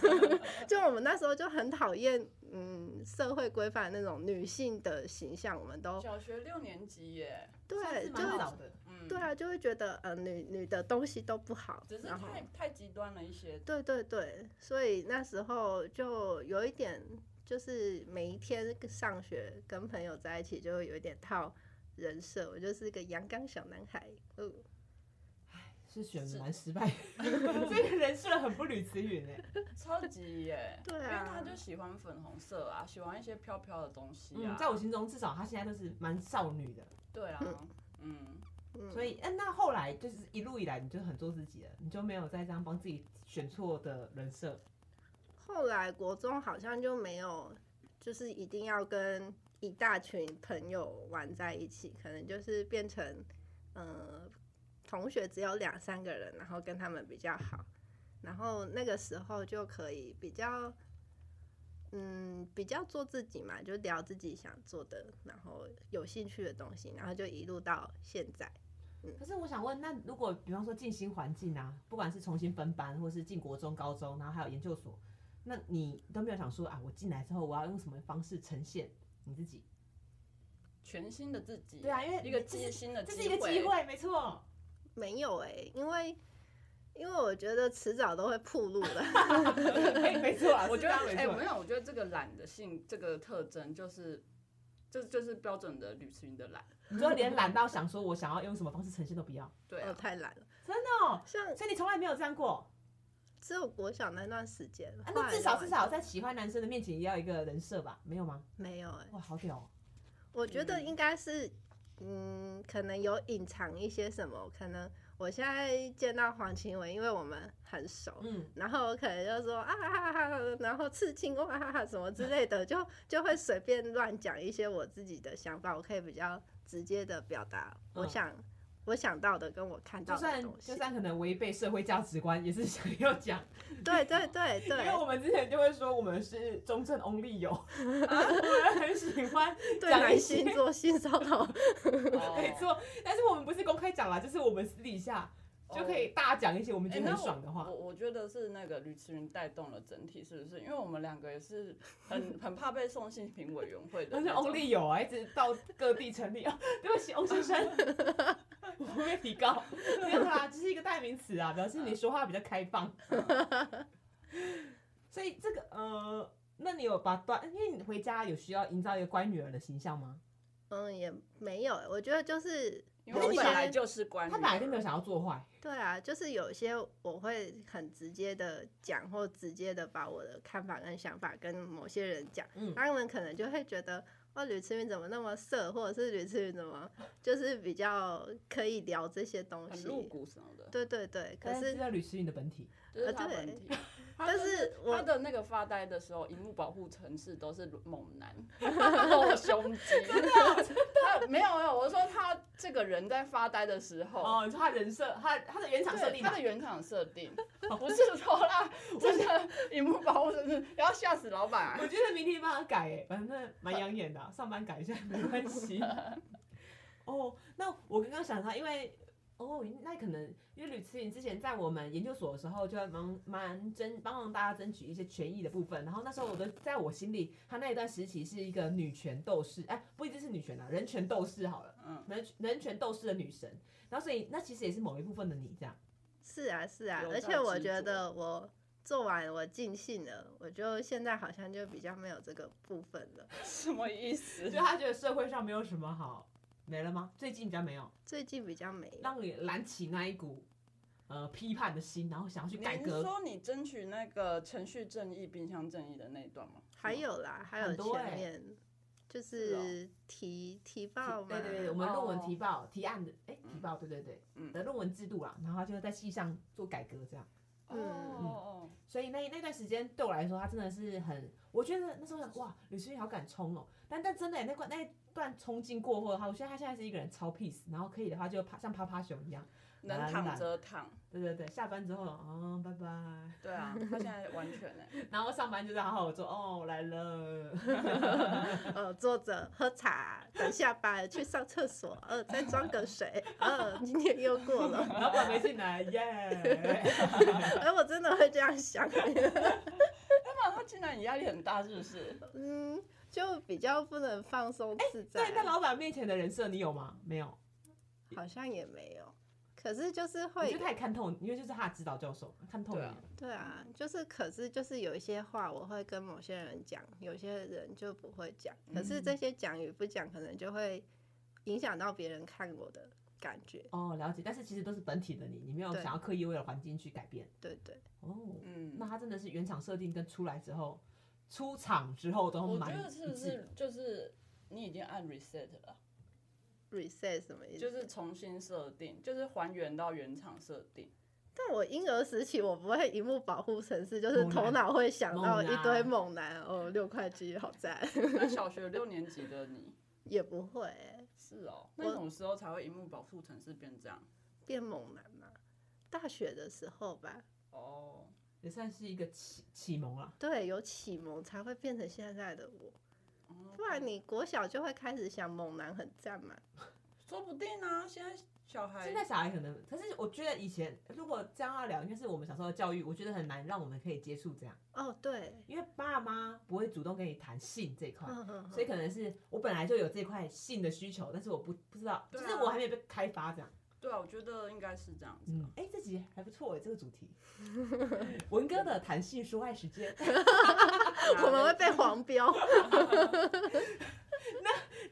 Speaker 1: 就我们那时候就很讨厌嗯社会规范那种女性的形象，我们都
Speaker 3: 小学六年级耶，
Speaker 2: 算
Speaker 1: 对
Speaker 2: 是
Speaker 1: 就
Speaker 2: 蛮
Speaker 1: 是
Speaker 2: 早的。
Speaker 3: 嗯，
Speaker 1: 对，啊，就会觉得呃，女女的东西都不好
Speaker 3: 只，是
Speaker 1: 然后
Speaker 3: 太太极端了一些。
Speaker 1: 对对对，所以那时候就有一点，就是每一天上学跟朋友在一起，就会有一点套人设，我就是一个阳刚小男孩，嗯，
Speaker 2: 是选的蛮失败的， 这个人设很不履词语呢。
Speaker 3: 超级耶，
Speaker 1: 对啊
Speaker 3: 因为他就喜欢粉红色啊，喜欢一些飘飘的东西啊。
Speaker 2: 嗯，在我心中，至少她现在都是蛮少女的。
Speaker 3: 对啊，嗯，
Speaker 1: 嗯
Speaker 2: 所以，嗯，那后来就是一路以来，你就很做自己了，你就没有再这样帮自己选错的人设。
Speaker 1: 后来国中好像就没有，就是一定要跟一大群朋友玩在一起，可能就是变成呃同学只有两三个人，然后跟他们比较好，然后那个时候就可以比较。嗯，比较做自己嘛，就聊自己想做的，然后有兴趣的东西，然后就一路到现在。
Speaker 2: 可是我想问，那如果比方说进新环境啊，不管是重新分班，或是进国中、高中，然后还有研究所，那你都没有想说啊，我进来之后我要用什么方式呈现你自己？
Speaker 3: 全新的自己。
Speaker 2: 对啊因为
Speaker 3: 一个
Speaker 2: 你这是
Speaker 3: 机新的
Speaker 2: 这
Speaker 3: 机
Speaker 2: 是一个机会，没 错。
Speaker 1: 没有哎、因为因为我觉得迟早都会铺路 的。
Speaker 2: 对没错啊，
Speaker 3: 我觉得，
Speaker 2: 是这样
Speaker 3: 哎、
Speaker 2: 没错
Speaker 3: 没有，我觉得这个懒的性这个特征就是，这就是标准的吕思云的懒。
Speaker 2: 你说连懒到想说我想要用什么方式呈现都不要，
Speaker 3: 对、
Speaker 1: 我
Speaker 3: 啊，
Speaker 1: 太懒了，
Speaker 2: 真的哦。
Speaker 1: 像
Speaker 2: 所以你从来没有这样过，
Speaker 1: 只有国小那段时间，
Speaker 2: 啊、
Speaker 1: 后来
Speaker 2: 那至少
Speaker 1: 就
Speaker 2: 至少在喜欢男生的面前也要一个人设吧？没有吗？
Speaker 1: 没有哎、
Speaker 2: 哇，好屌、哦！
Speaker 1: 我觉得应该是，嗯，可能有隐藏一些什么，可能我现在见到黄晴雯，因为我们很熟。
Speaker 2: 嗯，
Speaker 1: 然后我可能就说啊哈哈哈，然后刺青哇哈哈什么之类 的，就就会随便乱讲一些我自己的想法，我可以比较直接的表达我
Speaker 2: 嗯
Speaker 1: 想、我想到的跟我看
Speaker 2: 就
Speaker 1: 到的
Speaker 2: 算
Speaker 1: 东西
Speaker 2: 就。算可能违背社会价值观，也是想要讲，
Speaker 1: 对对对
Speaker 2: 因为
Speaker 1: 对，
Speaker 2: 我们之前就会说我们是中正 only 友，啊我们很喜欢
Speaker 1: 对
Speaker 2: 讲一
Speaker 1: 男
Speaker 2: 些
Speaker 1: 性做性 骚扰，
Speaker 3: 哦
Speaker 2: 没错，但是我们不是公开讲啦，就是我们私底下就可以
Speaker 1: 哦
Speaker 2: 大讲一些我们觉哦
Speaker 1: 哎
Speaker 2: 得很爽的话。
Speaker 3: 哎我我觉得是那个吕慈云带动了整体，是不是？因为我们两个也是很很怕被送性评委员会的
Speaker 2: 但是
Speaker 3: 那种。
Speaker 2: Only 有啊，一直到各地成立啊。 对不起，翁先生，我会提高。 没有啦，只是一个代名词啊，表示你说话比较开放。 所以这个呃，那你有把端，因为你回家有需要营造一个乖女儿的形象吗？
Speaker 1: 嗯，也没有，我觉得就是
Speaker 3: 因为你
Speaker 1: 有
Speaker 3: 本
Speaker 1: 些
Speaker 3: 来就是关于
Speaker 2: 她本来就没有想要做坏，
Speaker 1: 对啊，就是有些我会很直接的讲，或直接的把我的看法跟想法跟某些人讲，
Speaker 2: 嗯
Speaker 1: 他们可能就会觉得，哦，吕慈云怎么那么色，或者是吕慈云怎 么就是比较可以聊这些东
Speaker 3: 很
Speaker 1: 西。
Speaker 3: 露骨什么的，
Speaker 1: 对对对，可
Speaker 2: 但
Speaker 1: 是
Speaker 2: 这吕思韵的本体，
Speaker 3: 就是
Speaker 1: 啊
Speaker 3: 他
Speaker 1: 对
Speaker 3: 本体。 他
Speaker 1: 但
Speaker 3: 就是
Speaker 1: 我
Speaker 3: 他的那个发呆的时候，荧幕保护城市都是猛 男，啊露胸肌。他没有没有，我说他这个人在发呆的时候，
Speaker 2: 哦，你说她人设，她她的原厂设
Speaker 3: 对
Speaker 2: 定
Speaker 3: 他
Speaker 2: 嘛哦
Speaker 3: 的，原厂设定不是说 啦，真的荧幕保护城市，然后吓死老板、啊
Speaker 2: 我。觉得明天帮他改、欸，反正蛮养眼的啊、上班改一下没关系。哦，那我刚刚想到，因为哦，那可能因为吕慈云之前在我们研究所的时候，就还蛮蛮争帮忙大家争取一些权益的部分。然后那时候我的在我心里，她那一段时期是一个女权斗士，哎，不一定是女权啊，人权斗士好了，
Speaker 3: 嗯，
Speaker 2: 人人权斗士的女神。然后所以那其实也是某一部分的你这样。
Speaker 1: 是啊是啊
Speaker 3: 有，
Speaker 1: 而
Speaker 3: 在
Speaker 1: 且我
Speaker 3: 执
Speaker 1: 觉
Speaker 3: 着
Speaker 1: 得我做完我尽兴了，我就现在好像就比较没有这个部分了。
Speaker 3: 什么意思
Speaker 2: 就？她觉得社会上没有什么好，没了吗？最近比较没有。
Speaker 1: 最近比较没有，
Speaker 2: 让你燃起那一股呃批判的心，然后想要去改
Speaker 3: 你
Speaker 2: 革。
Speaker 3: 说你争取那个程序正义、冰箱正义的那一段吗？
Speaker 1: 还有啦，还有
Speaker 2: 很多
Speaker 1: 前
Speaker 2: 欸
Speaker 1: 面、就是
Speaker 3: 哦
Speaker 1: 是提提报嘛，
Speaker 2: 对对对，我们论文
Speaker 3: 哦
Speaker 2: 提报、提案的，哎，
Speaker 3: 嗯
Speaker 2: 提报，对对对，
Speaker 3: 嗯
Speaker 2: 的论哎文制度啦，然后他就在系上做改革这样。
Speaker 3: 哦
Speaker 1: 嗯
Speaker 3: 哦
Speaker 2: 所以那那段时间对我来说，他真的是很，我觉得那时候想哇，吕思韵好敢冲哦。但但真的耶那段那一段冲劲过后的话，我觉得他现在是一个人超 peace，然后可以的话就趴像趴趴熊一样。
Speaker 3: 哦，能躺则躺。
Speaker 2: 对对对，下班之后哦，拜拜，
Speaker 3: 对啊，他现在完全哎、
Speaker 2: 然后上班就是好好做哦，我来了。
Speaker 1: 呃，坐着喝茶，等下班去上厕所，呃，再装个水，呃，今天又过了，
Speaker 2: 老板没进来，哦耶！
Speaker 1: 哎、我真的会这样想，
Speaker 3: 那 么他竟然也压力很大，是不是？
Speaker 1: 嗯，就比较不能放松自在，
Speaker 2: 在在哎老板面前的人设你有吗？没有，
Speaker 1: 好像也没有，可是就是
Speaker 2: 我觉
Speaker 1: 会
Speaker 2: 得，他也看透你，因为就是他的指导教授看透你
Speaker 3: 对
Speaker 2: 了
Speaker 3: 啊。
Speaker 1: 对啊，就是可是就是有一些话我会跟某些人讲，有些人就不会讲，可是这些讲与不讲，可能就会影响到别人看我的感觉，
Speaker 2: 哦，了解，但是其实都是本体的你，你没有
Speaker 1: 对
Speaker 2: 想要刻意为了环境去改变。
Speaker 1: 对对。
Speaker 2: 哦，
Speaker 3: 嗯
Speaker 2: 那，他真的是原厂设定跟出来之后，出厂之后都
Speaker 3: 我
Speaker 2: 蛮
Speaker 3: 觉得是
Speaker 2: 一
Speaker 3: 不
Speaker 2: 致的
Speaker 3: 是。就是你已经按 reset 了，
Speaker 1: reset 什么意思？
Speaker 3: 就是重新设定，就是还原到原厂设定。
Speaker 1: 但我婴儿时期，我不会一幕保护城市，就是头脑会想到一堆猛男哦，六块肌好赞，
Speaker 3: 那小学六年级的你
Speaker 1: 也不会、
Speaker 3: 是哦，那你什么时候才会荧幕保护城市变这样？
Speaker 1: 变猛男嘛。大学的时候吧，
Speaker 3: 哦，
Speaker 2: 也算是一个启启蒙啦。
Speaker 1: 对，有启蒙才会变成现在的我，
Speaker 3: 哦
Speaker 1: 不然你国小就会开始想猛男很赞嘛。
Speaker 3: 说不定啊，现在小孩
Speaker 2: 现在小孩可能，可是我觉得以前如果这样要聊，应该是我们小时候的教育，我觉得很难让我们可以接触这样，
Speaker 1: 哦，对，
Speaker 2: 因为爸妈不会主动跟你谈性这一块。
Speaker 1: 嗯嗯，
Speaker 2: 所以可能是我本来就有这块性的需求，但是我不不知道，就
Speaker 3: 对啊
Speaker 2: 是我还没有被开发这样。
Speaker 3: 对啊，我觉得应该是这样子。
Speaker 2: 嗯，哎、这集还不错哎，这个主题， 文哥的谈性说爱时间。
Speaker 3: 啊
Speaker 1: 我们 会被黄标。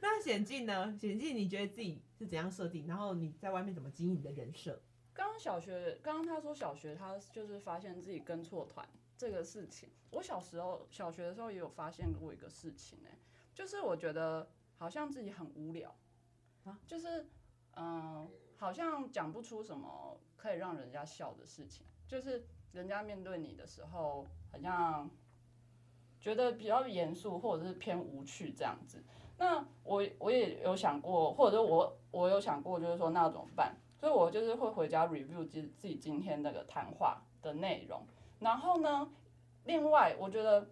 Speaker 2: 那显进呢？显进，你觉得自己是怎样设定？然后你在外面怎么经营你的人设？
Speaker 3: 刚刚小学，刚刚他说小学他就是发现自己跟错团这个事情。我小时候小学的时候也有发现过一个事情哎、就是我觉得好像自己很无聊
Speaker 2: 啊，
Speaker 3: 就是嗯、好像讲不出什么可以让人家笑的事情，就是人家面对你的时候，好像觉得比较严肃或者是偏无趣这样子。那我我也有想过，或者说我我有想过，就是说那要怎么办？所以我就是会回家 review 自自己今天那个谈话的内容。然后呢，另外我觉得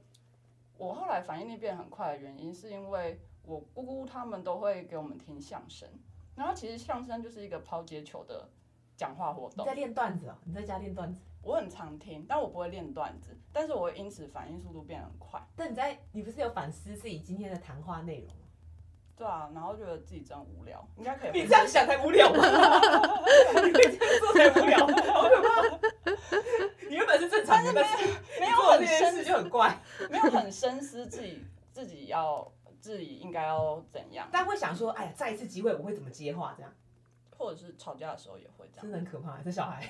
Speaker 3: 我后来反应力变很快的原因，是因为我姑姑他们都会给我们听相声，然后其实相声就是一个抛接球的讲话活
Speaker 2: 你
Speaker 3: 动
Speaker 2: 在。练段子哦，你在家练段子。
Speaker 3: 我很常听，但我不会练段子，但是我会因此反应速度变得很快。
Speaker 2: 但你在你不是有反思自己今天的谈话内容吗？
Speaker 3: 对啊，然后觉得自己真无聊，应该可 以
Speaker 2: 你
Speaker 3: 回
Speaker 2: 这样想才无聊吧？ 你可以这样做才无聊，好可怕！ 你原本是正常的，但是
Speaker 3: 没
Speaker 2: 你
Speaker 3: 有
Speaker 2: 做
Speaker 3: 很
Speaker 2: 这件事
Speaker 3: 深，
Speaker 2: 就很怪。
Speaker 3: 没有很深思自己自己要自己应该要怎样，
Speaker 2: 但会想说，哎呀，再一次机会我会怎么接话？这样
Speaker 3: 或者是吵架的时候也会这
Speaker 2: 真
Speaker 3: 样。
Speaker 2: 的很可怕，这小孩。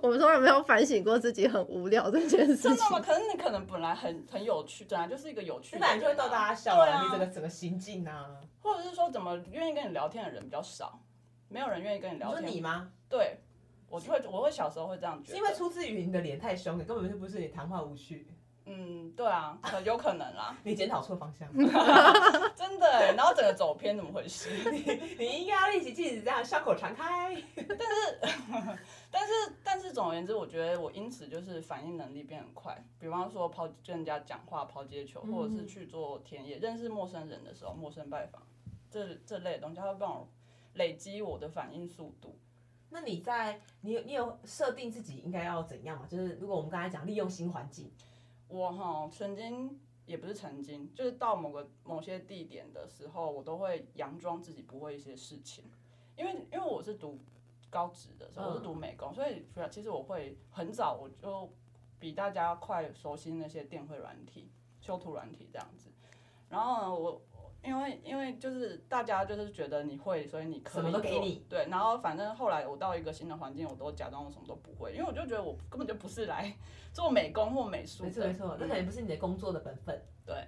Speaker 1: 我们从来没有反省过自己很无聊这件事
Speaker 3: 真的
Speaker 1: 情
Speaker 3: 吗？。可是你可能本来很很有趣，本来就是一个有趣
Speaker 2: 你
Speaker 3: 的
Speaker 2: 本
Speaker 3: 人啊，
Speaker 2: 来就会逗大家笑
Speaker 3: 对
Speaker 2: 啊，
Speaker 3: 啊
Speaker 2: 你整个整个行径啊。
Speaker 3: 或者是说怎么愿意跟你聊天的人比较少，没有人愿意跟你
Speaker 2: 你
Speaker 3: 聊
Speaker 2: 说
Speaker 3: 天。
Speaker 2: 你吗？
Speaker 3: 对，我就会我会小时候会这样觉
Speaker 2: 是
Speaker 3: 得，
Speaker 2: 因为出自于你的脸太凶了，根本就不是你谈话无趣，
Speaker 3: 嗯，对啊，可有可能啦，
Speaker 2: 你检讨错方 向。
Speaker 3: 真的欸。然后整个走偏，怎么回事？
Speaker 2: 你应该要练习禁止这样伤口常开。
Speaker 3: 但是，但是，总而言之，我觉得我因此就是反应能力变很快。比方说抛跟人家讲话、抛接球，或者是去做田野、认识陌生人的时候、陌生拜访这这类的东西，它会帮我累积我的反应速度。
Speaker 2: 那你在你你有设定自己应该要怎样吗？就是如果我们刚才讲利用新环境，
Speaker 3: 我哈曾经也不是曾经，就是到某个某些地点的时候，我都会佯装自己不会一些事情，因为因为我是读高职的，所以我是
Speaker 2: 嗯
Speaker 3: 读美工，所以其实我会很早我就比大家快熟悉那些电绘软体、修图软体这样子。然后呢，我因为因为就是大家就是觉得你会，所以你可
Speaker 2: 什
Speaker 3: 以
Speaker 2: 么都给
Speaker 3: 做
Speaker 2: 你
Speaker 3: 对。然后反正后来我到一个新的环境，我都假装我什么都不会，因为我就觉得我根本就不是来做美工或美术
Speaker 2: 没错
Speaker 3: 的。
Speaker 2: 没错，那可能不是你的工作的本分，
Speaker 3: 对，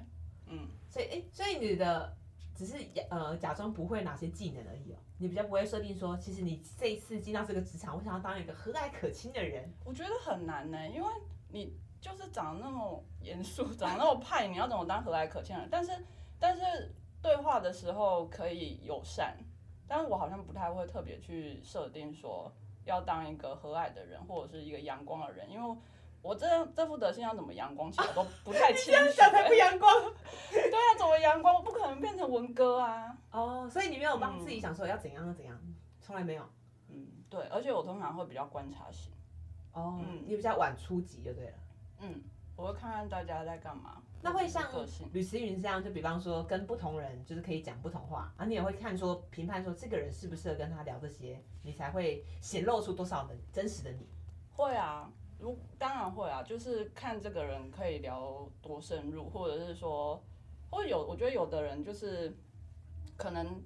Speaker 3: 嗯，
Speaker 2: 所以哎、诶所以你的只是呃假装不会哪些技能而已哦，你比较不会设定说，其实你这一次进到这个职场，我想要当一个和蔼可亲的人，
Speaker 3: 我觉得很难呢、因为你就是长得那么严肃， 长得那么派，你要怎么当和蔼可亲的人？但是但是对话的时候可以友善，但是我好像不太会特别去设定说要当一个和蔼的人，或者是一个阳光的人，因为。我这这副德性要怎么阳光起来都不 太清楚、
Speaker 2: 这样想才不阳光
Speaker 3: 对啊，怎么阳光？我不可能变成文哥啊。
Speaker 2: 哦。所以你没有帮自己想说要怎样要怎样，从来没有
Speaker 3: 嗯，对，而且我通常会比较观察型，
Speaker 2: 哦，
Speaker 3: 嗯
Speaker 2: 你比较晚出级就对了。
Speaker 3: 嗯，我会看看大家在干嘛。
Speaker 2: 那会像
Speaker 3: 个性，
Speaker 2: 吕思云这样，就比方说跟不同人，就是可以讲不同话，啊，你也会看说评判说这个人适不适合跟他聊这些，你才会显露出多少的真实的你。
Speaker 3: 会啊，如当然会啊，就是看这个人可以聊多深入，或者是说，或者有我觉得有的人就是可能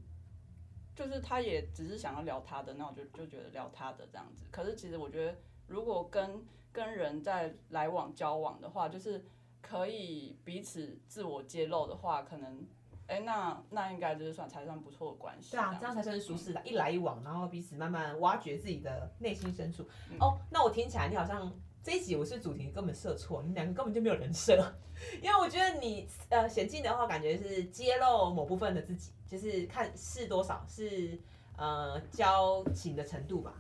Speaker 3: 就是他也只是想要聊他的，那我就就觉得聊他的这样子。可是其实我觉得，如果跟跟人在来往交往的话，就是可以彼此自我揭露的话，可能哎、那那应该就是算才算不错的关系。
Speaker 2: 对啊，这样才算是舒适的，一来一往，然后彼此慢慢挖掘自己的内心深处。哦，那我听起来你好像这一集我是主题根本设错，你们两个根本就没有人设， 因为我觉得你呃显镜的话，感觉是揭露某部分的自己，就是看是多少是呃交情的程度吧。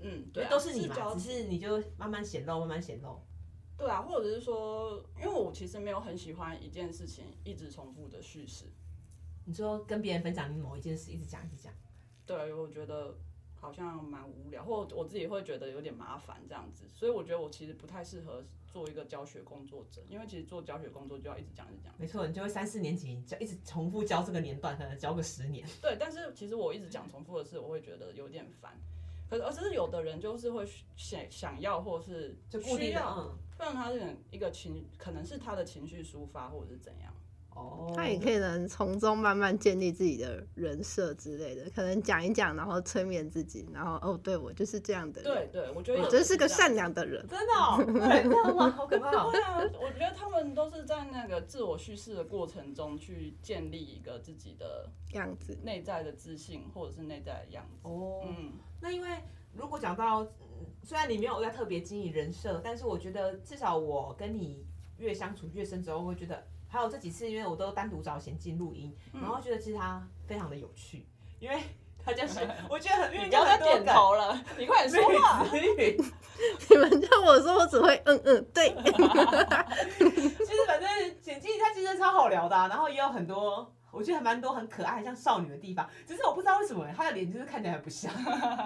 Speaker 3: 嗯，
Speaker 2: 对，
Speaker 3: 对啊、
Speaker 2: 都是你嘛
Speaker 3: 交，
Speaker 2: 只是你就慢慢显露，慢慢显露。
Speaker 3: 对啊，或者是说，因为我其实没有很喜欢一件事情一直重复的叙事，
Speaker 2: 你说跟别人分享你某一件事，一直讲一直讲，
Speaker 3: 对我觉得好像蛮无聊，或我自己会觉得有点麻烦这样子，所以我觉得我其实不太适合做一个教学工作者，因为其实做教学工作就要一直讲一直讲。
Speaker 2: 没错，你就会三四年级教，一直重复教这个年段，可能教个十年。
Speaker 3: 对，但是其实我一直讲重复的事，我会觉得有点烦。可是，而是有的人就是会想想要，或是
Speaker 2: 就固定
Speaker 3: 需
Speaker 2: 的
Speaker 3: 要，
Speaker 2: 嗯，
Speaker 3: 不然他是一个情，可能是他的情绪抒发，或者是怎样。
Speaker 2: 哦，
Speaker 1: 他也可以能从中慢慢建立自己的人设之类的，可能讲一讲，然后催眠自己，然后哦，对我就是这样的人，
Speaker 3: 对对，我觉得
Speaker 1: 我
Speaker 3: 有
Speaker 1: 真
Speaker 3: 的
Speaker 1: 是个
Speaker 3: 这样
Speaker 1: 善良的人。
Speaker 2: 真的、哦，对，这样吗？好可怕、哦。
Speaker 3: 对啊， 我觉得他们都是在那个自我叙事的过程中去建立一个自己的
Speaker 1: 样子，
Speaker 3: 内在的自信，或者是内在的样子。
Speaker 2: 哦，
Speaker 3: 嗯，
Speaker 2: 那因为如呃果讲到，嗯虽然你没有在特别经营人设，但是我觉得至少我跟你越相处越深之后，会觉得，还有这几次，因为我都单独找贤进录音，
Speaker 4: 嗯
Speaker 2: 然后觉得其实他非常的有趣，因为他就是我觉得很，因为
Speaker 4: 不要再
Speaker 2: 很多
Speaker 4: 点
Speaker 2: 梗
Speaker 4: 头了， 你快点说话。
Speaker 2: 妹子语
Speaker 1: 你们叫我说，我只会嗯嗯， 对，
Speaker 2: 其实反正简记它其实超好聊的啊、然后也有很多，我觉得还蛮多很可爱像少女的地方，只是我不知道为什么欸她的脸就是看起来很不像，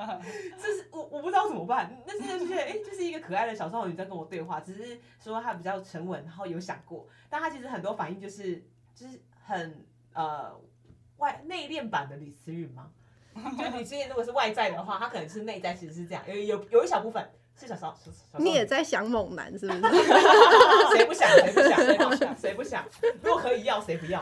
Speaker 2: 就是我我不知道怎么办，但是就觉得哎、诶就是一个可爱的小少女在跟我对话，只是说她比较沉稳，然后有想过，但她其实很多反应就是就是很呃外内敛版的李思韵嘛。就李思韵如果是外在的话，她可能是内在其实是这样，有有有一小部分是小少小小少女
Speaker 1: 你也在想猛男是不是？
Speaker 2: 谁不想？谁不想？谁不 想？谁不想？如果可以要，谁不要？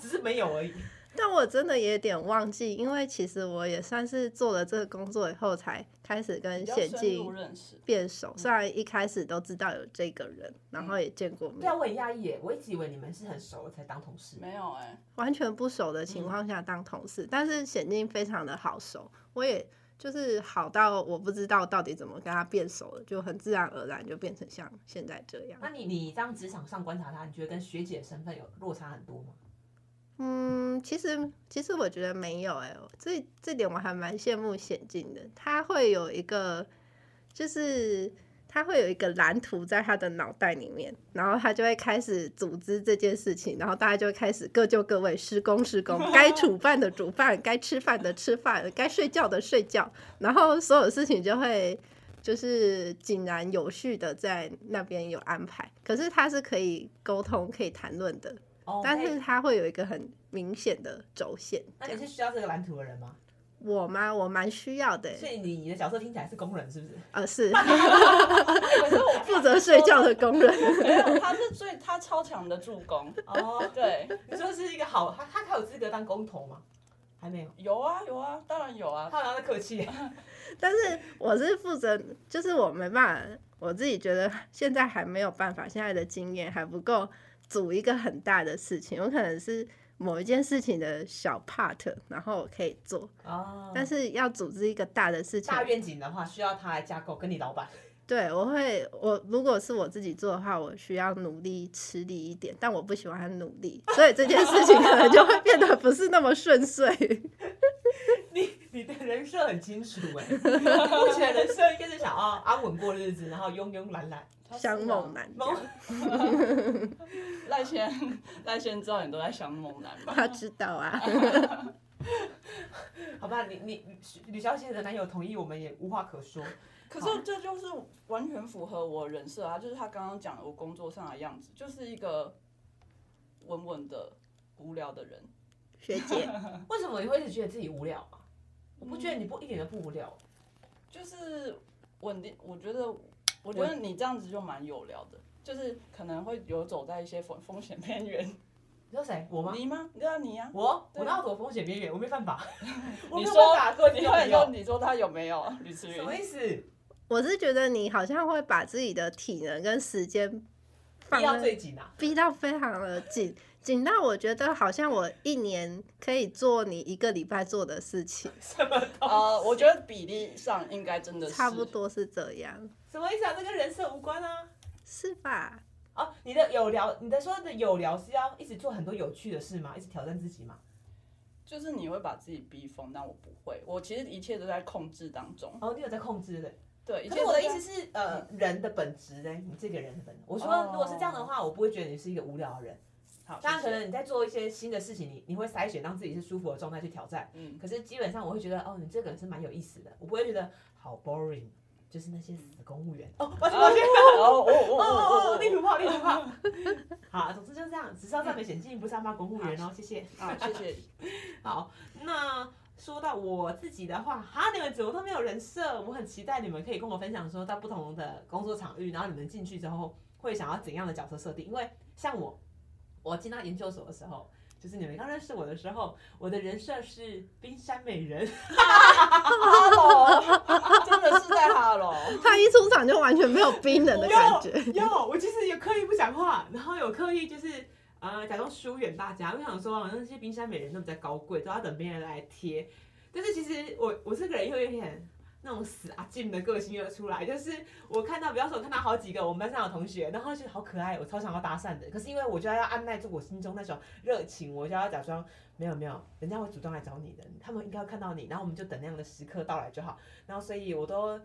Speaker 2: 只是没有而已。
Speaker 1: 但我真的也有点忘记，因为其实我也算是做了这个工作以后才开始跟
Speaker 3: 比较
Speaker 1: 显
Speaker 3: 深
Speaker 1: 进
Speaker 3: 入认识。
Speaker 1: 变熟，虽然一开始都知道有这个人，然后也见过
Speaker 2: 对啊，
Speaker 1: 面，
Speaker 2: 我很讶异耶，我一直以为你们是很熟才当同事。
Speaker 3: 没有哎、
Speaker 1: 完全不熟的情况下当同事，但是显进非常的好熟，我也就是好到我不知道到底怎么跟他变熟了，就很自然而然就变成像现在这样。
Speaker 2: 那你你这样职场上观察他，你觉得跟学姐身份有落差很多吗？
Speaker 1: 嗯，其实其实我觉得没有哎、这这点我还蛮羡慕显进的，他会有一个，就是他会有一个蓝图在他的脑袋里面，然后他就会开始组织这件事情，然后大家就会开始各就各位，施工施工，该煮饭的煮饭，该吃饭的吃饭，该睡觉的睡觉，然后所有事情就会就是井然有序的在那边有安排，可是他是可以沟通、可以谈论的。
Speaker 2: 哦
Speaker 1: 但是它会有一个很明显的轴线。
Speaker 2: 那
Speaker 1: 这
Speaker 2: 你
Speaker 1: 样
Speaker 2: 是需要这个蓝图的人吗？
Speaker 1: 我吗？我蛮需要的欸、
Speaker 2: 所以你你的角色听起来是工人，是不是？
Speaker 1: 呃， 是
Speaker 3: 可是我
Speaker 1: 负责睡觉的工人。
Speaker 3: 没有，他是最他超强的助攻。
Speaker 2: 哦，
Speaker 3: 对，
Speaker 2: 你说是一个好，他他他有资格当工头吗？还没有，
Speaker 3: 有啊有啊，当然有啊。
Speaker 2: 他好像在客气耶。
Speaker 1: 但是我是负责，就是我没办法，我自己觉得现在还没有办法，现在的经验还不够组一个很大的事情。我可能是某一件事情的小 part，然后我可以做，
Speaker 2: 哦，
Speaker 1: 但是要组织一个大的事情
Speaker 2: 大，愿景的话，需要他来架构，跟你老板。
Speaker 1: 对，我会，我如果是我自己做的话，我需要努力吃力一点，但我不喜欢努力，所以这件事情可能就会变得不是那么顺遂。
Speaker 2: 你 你的人设很清楚哎，你 目前的人设应该是想要安稳过日子，然后慵慵懒懒。
Speaker 3: 他是啊
Speaker 1: 想猛男这
Speaker 2: 猛
Speaker 1: 样，
Speaker 3: 赖先赖先知道你都在想猛男 吗？
Speaker 1: 他知道啊，
Speaker 2: 好吧，你你吕小姐的男友同意，我们也无话可说。
Speaker 3: 可是这就是完全符合我人设啊，就是他刚刚讲的我工作上的样子，就是一个稳稳的无聊的人。
Speaker 1: 学 姐，
Speaker 2: 为什么你会一直觉得自己无聊啊？我不觉得你不一点都不无聊。
Speaker 3: 就是稳定，我觉得，我觉得你这样子就蛮有聊的，就是可能会游走在一些风风险边缘。
Speaker 2: 你说谁？我吗？
Speaker 3: 你吗？对啊，你呀、
Speaker 2: 我
Speaker 3: 对
Speaker 2: 我哪有躲风险边缘？我没办 法，我没
Speaker 3: 你
Speaker 2: 有
Speaker 3: 说
Speaker 2: 办法各位
Speaker 3: 你
Speaker 2: 听众
Speaker 3: 会
Speaker 2: 朋
Speaker 3: 说，
Speaker 2: 友。
Speaker 3: 你说他有没有吕思
Speaker 2: 什么
Speaker 3: 云？
Speaker 2: 意思？
Speaker 1: 我是觉得你好像会把自己的体能跟时间放
Speaker 2: 必要
Speaker 1: 在
Speaker 2: 最紧啊！
Speaker 1: 逼到非常的紧，紧到我觉得好像我一年可以做你一个礼拜做的事情，
Speaker 2: 什么东西？
Speaker 3: 呃，我觉得比例上应该真的是
Speaker 1: 差不。多是这样，
Speaker 2: 什么意思啊？这跟人设无关啊！
Speaker 1: 是吧？
Speaker 2: 哦，你的有聊，你的说的有聊是要一直做很多有趣的事吗？一直挑战自己吗？
Speaker 3: 就是你会把自己逼疯，但我不会。我其实一切都在控制当中。
Speaker 2: 哦，你有在控制的。
Speaker 3: 对，一
Speaker 2: 可
Speaker 3: 切
Speaker 2: 是
Speaker 3: 都
Speaker 2: 我的
Speaker 3: 在
Speaker 2: 意思是，呃，人的本质呢？你这个人的本质，我说
Speaker 3: 哦
Speaker 2: 如果是这样的话，我不会觉得你是一个无聊的人。
Speaker 3: 好，
Speaker 2: 当然，
Speaker 3: 谢
Speaker 2: 可
Speaker 3: 谢
Speaker 2: 能你在做一些新的事情，你你会筛选让自己是舒服的状态去挑战。
Speaker 3: 嗯，
Speaker 2: 可是基本上我会觉得，哦，你这个人是蛮有意思的，我不会觉得好 boring，就是那些死公务员。哦，抱歉抱歉，
Speaker 3: 哦哦
Speaker 2: 哦哦
Speaker 3: 哦
Speaker 2: 哦，例如炮例如炮。好，总之就这样，只是要赞美显进，不是要骂公务员哦，谢谢。
Speaker 3: 啊，谢谢。
Speaker 2: 好，那说到我自己的话，哈，你们怎么都没有人设？我很期待你们可以跟我分享说，到不同的工作场域，然后你们进去之后会想要怎样的角色设定？因为像我，我进到研究所的时候。就是你们刚认识我的时候，我的人设是冰山美人，
Speaker 3: 哈喽，真的是在哈喽。
Speaker 1: 他一出场就完全没有冰冷的感觉。
Speaker 2: 有我其实有刻意不讲话，然后有刻意就是呃假装疏远大家，我想说好像那些冰山美人都比较高贵，都要等别人来贴。但是其实我我这个人又有点那种死阿静的个性又出来，就是我看到，比方说我看到好几个我们班上的同学，然后就好可爱，我超想要搭讪的，可是因为我就要按耐住我心中那种热情，我就要假装没有没有，人家会主动来找你的，他们应该会看到你，然后我们就等那样的时刻到来就好，然后所以我都有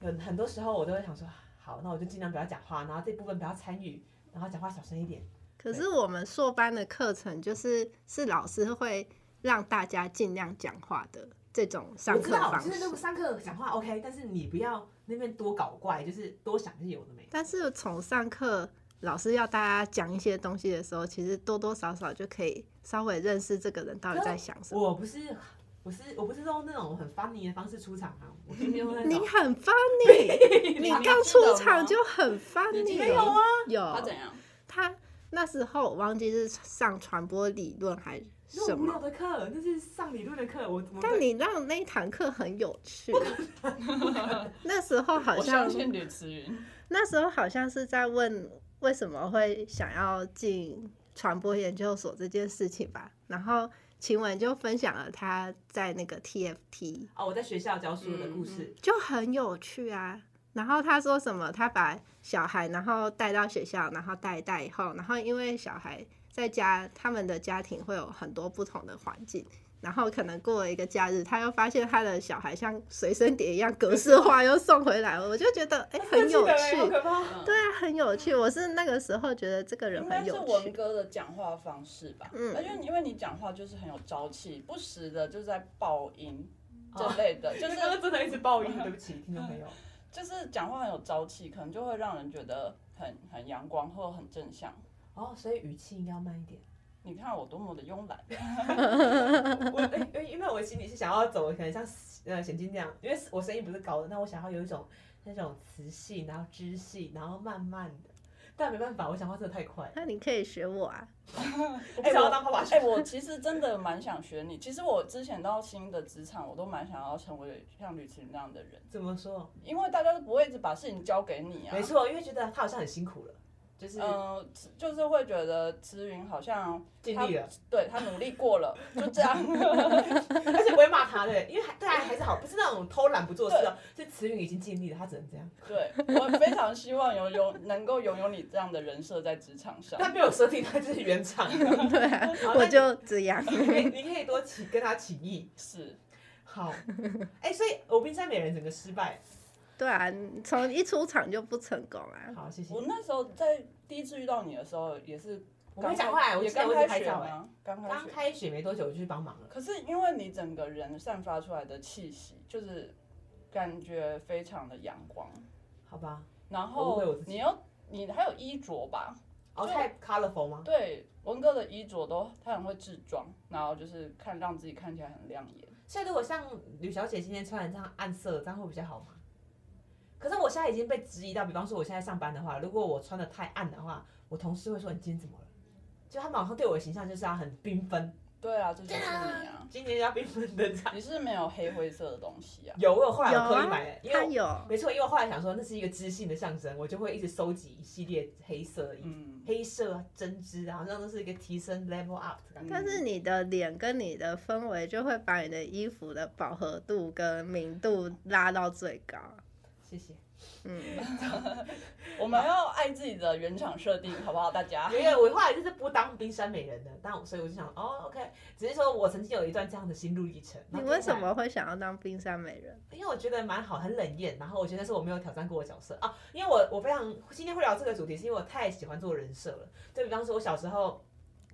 Speaker 2: 嗯很多时候我都会想说，好，那我就尽量不要讲话，然后这部分不要参与，然后讲话小声一点。
Speaker 1: 可是我们硕班的课程就是是老师会让大家尽量讲话的这种上
Speaker 2: 我
Speaker 1: 课
Speaker 2: 知道，
Speaker 1: 方
Speaker 2: 就是如
Speaker 1: 式
Speaker 2: 果。上课讲话 OK，但是你不要那边多搞怪，就是多想是有的没的。
Speaker 1: 但是从上课老师要大家讲一些东西的时候，其实多多少少就可以稍微认识这个人到底在想什么。
Speaker 2: 我不是，我是我不是用那种很 funny 的方式出场啊，我今天用那
Speaker 1: 你
Speaker 2: 种
Speaker 1: 很 funny，你
Speaker 3: 你啊
Speaker 1: 刚
Speaker 3: 知道
Speaker 1: 出
Speaker 3: 吗
Speaker 1: 场就很
Speaker 3: 你
Speaker 1: funny。
Speaker 3: 今天有啊？他
Speaker 1: 有
Speaker 3: 怎样？
Speaker 1: 他那时候我忘记是上传播理论还是
Speaker 2: 那
Speaker 1: 什
Speaker 2: 种无
Speaker 1: 么，
Speaker 2: 聊的课，那是上理论的课，我怎么
Speaker 1: 但
Speaker 2: 会
Speaker 1: 你让那一堂课很有趣。 那时候好
Speaker 3: 我
Speaker 1: 像
Speaker 3: 相信吕慈云。
Speaker 1: 那时候好像是在问为什么会想要进传播研究所这件事情吧，然后晴雯就分享了她在那个 TFT
Speaker 2: 哦，我在学校教书的故事，
Speaker 1: 就很有趣啊。然后她说什么？她把小孩然后带到学校，然后带一带以后，然后因为小孩在家，他们的家庭会有很多不同的环境。然后可能过了一个假日，她又发现她的小孩像随身碟一样格式化，又送回来了。我就觉得 哎、很有
Speaker 2: 这个记
Speaker 1: 趣
Speaker 2: 得欸好，可怕。
Speaker 3: 嗯
Speaker 1: 对啊，很有趣。我是那个时候觉得这个人
Speaker 3: 应该
Speaker 1: 很
Speaker 3: 是
Speaker 1: 有
Speaker 3: 文
Speaker 1: 趣，
Speaker 3: 哥的讲话方式吧，
Speaker 1: 嗯
Speaker 3: 而且你因为你讲话就是很有朝气，不时的就是在爆音这类的，就
Speaker 2: 就是
Speaker 3: 是
Speaker 2: 刚刚真的一直爆音，对不起，听众 朋友。
Speaker 3: 就是讲话很有朝气，可能就会让人觉得很很阳光或很正向。
Speaker 2: 哦，所以语气应该要慢一点。
Speaker 3: 你看我多么的慵懒，
Speaker 2: 我因为因为我心里是想要走，可能像呃显金这样，因为我声音不是高的，那我想要有一种那种磁性，然后知性，然后慢慢的。但没办法，我讲话真的太快了。
Speaker 1: 那你可以学我 啊。
Speaker 2: 我不想要当爸爸
Speaker 3: 哎、我其实真的蛮想学你。其实我之前到新的职场，我都蛮想要成为像吕晴那样的人，
Speaker 2: 怎么说？
Speaker 3: 因为大家都不会一直把事情交给你啊。
Speaker 2: 没错，因为觉得他好像很辛苦了，就是
Speaker 3: 嗯，就是会觉得慈云好像
Speaker 2: 尽力 了，
Speaker 3: 对他努力过了，就这样。
Speaker 2: 而且不会骂他的，因为还对他还是好，不是那种偷懒不做事哦。是慈云已经尽力了，他只能这样。
Speaker 3: 对我非常希望拥有能够拥有你这样的人设在职场上。
Speaker 2: 他没有设定，他就是原 厂。
Speaker 1: 对啊，
Speaker 2: 好
Speaker 1: 我
Speaker 2: 那你
Speaker 1: 就这样。
Speaker 2: 你可以你可以多起跟他起意。
Speaker 3: 是，
Speaker 2: 好，哎、所以我冰山美人整个失败。
Speaker 1: 对啊，你从一出场就不成功啊。
Speaker 2: 好，谢谢。
Speaker 3: 我那时候在第一次遇到你的时候，也是
Speaker 2: 我没讲话欸我
Speaker 3: 也
Speaker 2: 记得
Speaker 3: 刚
Speaker 2: 我只
Speaker 3: 开
Speaker 2: 拍
Speaker 3: 学
Speaker 2: 照欸
Speaker 3: 吗？刚开
Speaker 2: 刚
Speaker 3: 学。
Speaker 2: 开学没多久我就去帮忙了。
Speaker 3: 可是因为你整个人散发出来的气息，就是感觉非常的阳光，
Speaker 2: 好吧，
Speaker 3: 然
Speaker 2: 我误会我
Speaker 3: 后
Speaker 2: 自己
Speaker 3: 你又你还有衣着吧？
Speaker 2: 哦，
Speaker 3: 就
Speaker 2: 太 colorful 吗？
Speaker 3: 对，文哥的衣着都他很会制装，然后就是看让自己看起来很亮眼。
Speaker 2: 所以如果像吕小姐今天穿的这样暗色，这样会比较好吗？可是我现在已经被质疑到，比方说我现在上班的话，如果我穿的太暗的话，我同事会说你今天怎么了？就他们好像对我的形象就是要很缤纷，
Speaker 3: 对啊，这就是你啊，
Speaker 2: 今年要缤纷的 这样。
Speaker 3: 你是没有黑灰色的东西啊。
Speaker 2: 有，我有后来
Speaker 1: 有
Speaker 2: 我刻意
Speaker 1: 啊
Speaker 2: 买了，因
Speaker 1: 他
Speaker 2: 为我
Speaker 1: 有，
Speaker 2: 没错，因为我后来想说那是一个知性的象征，我就会一直收集一系列黑色的衣服，
Speaker 3: 嗯，
Speaker 2: 黑色啊针织啊，好像都是一个提升 level up 的感觉。
Speaker 1: 但是你的脸跟你的氛围就会把你的衣服的饱和度跟明度拉到最高。
Speaker 2: 谢谢。
Speaker 1: 嗯，
Speaker 3: 我们要爱自己的原厂设定，好不好，大家？
Speaker 2: 没有，我后来就是不当冰山美人的，但我所以我就想，哦，OK，只是说我曾经有一段这样的心路历程。
Speaker 1: 你
Speaker 2: 然后
Speaker 1: 为
Speaker 2: 接下
Speaker 1: 什
Speaker 2: 来？
Speaker 1: 么会想要当冰山美人？
Speaker 2: 因为我觉得蛮好，很冷艳，然后我觉得是我没有挑战过的角色啊。因为我我非常今天会聊这个主题，是因为我太喜欢做人设了。就比方说，我小时候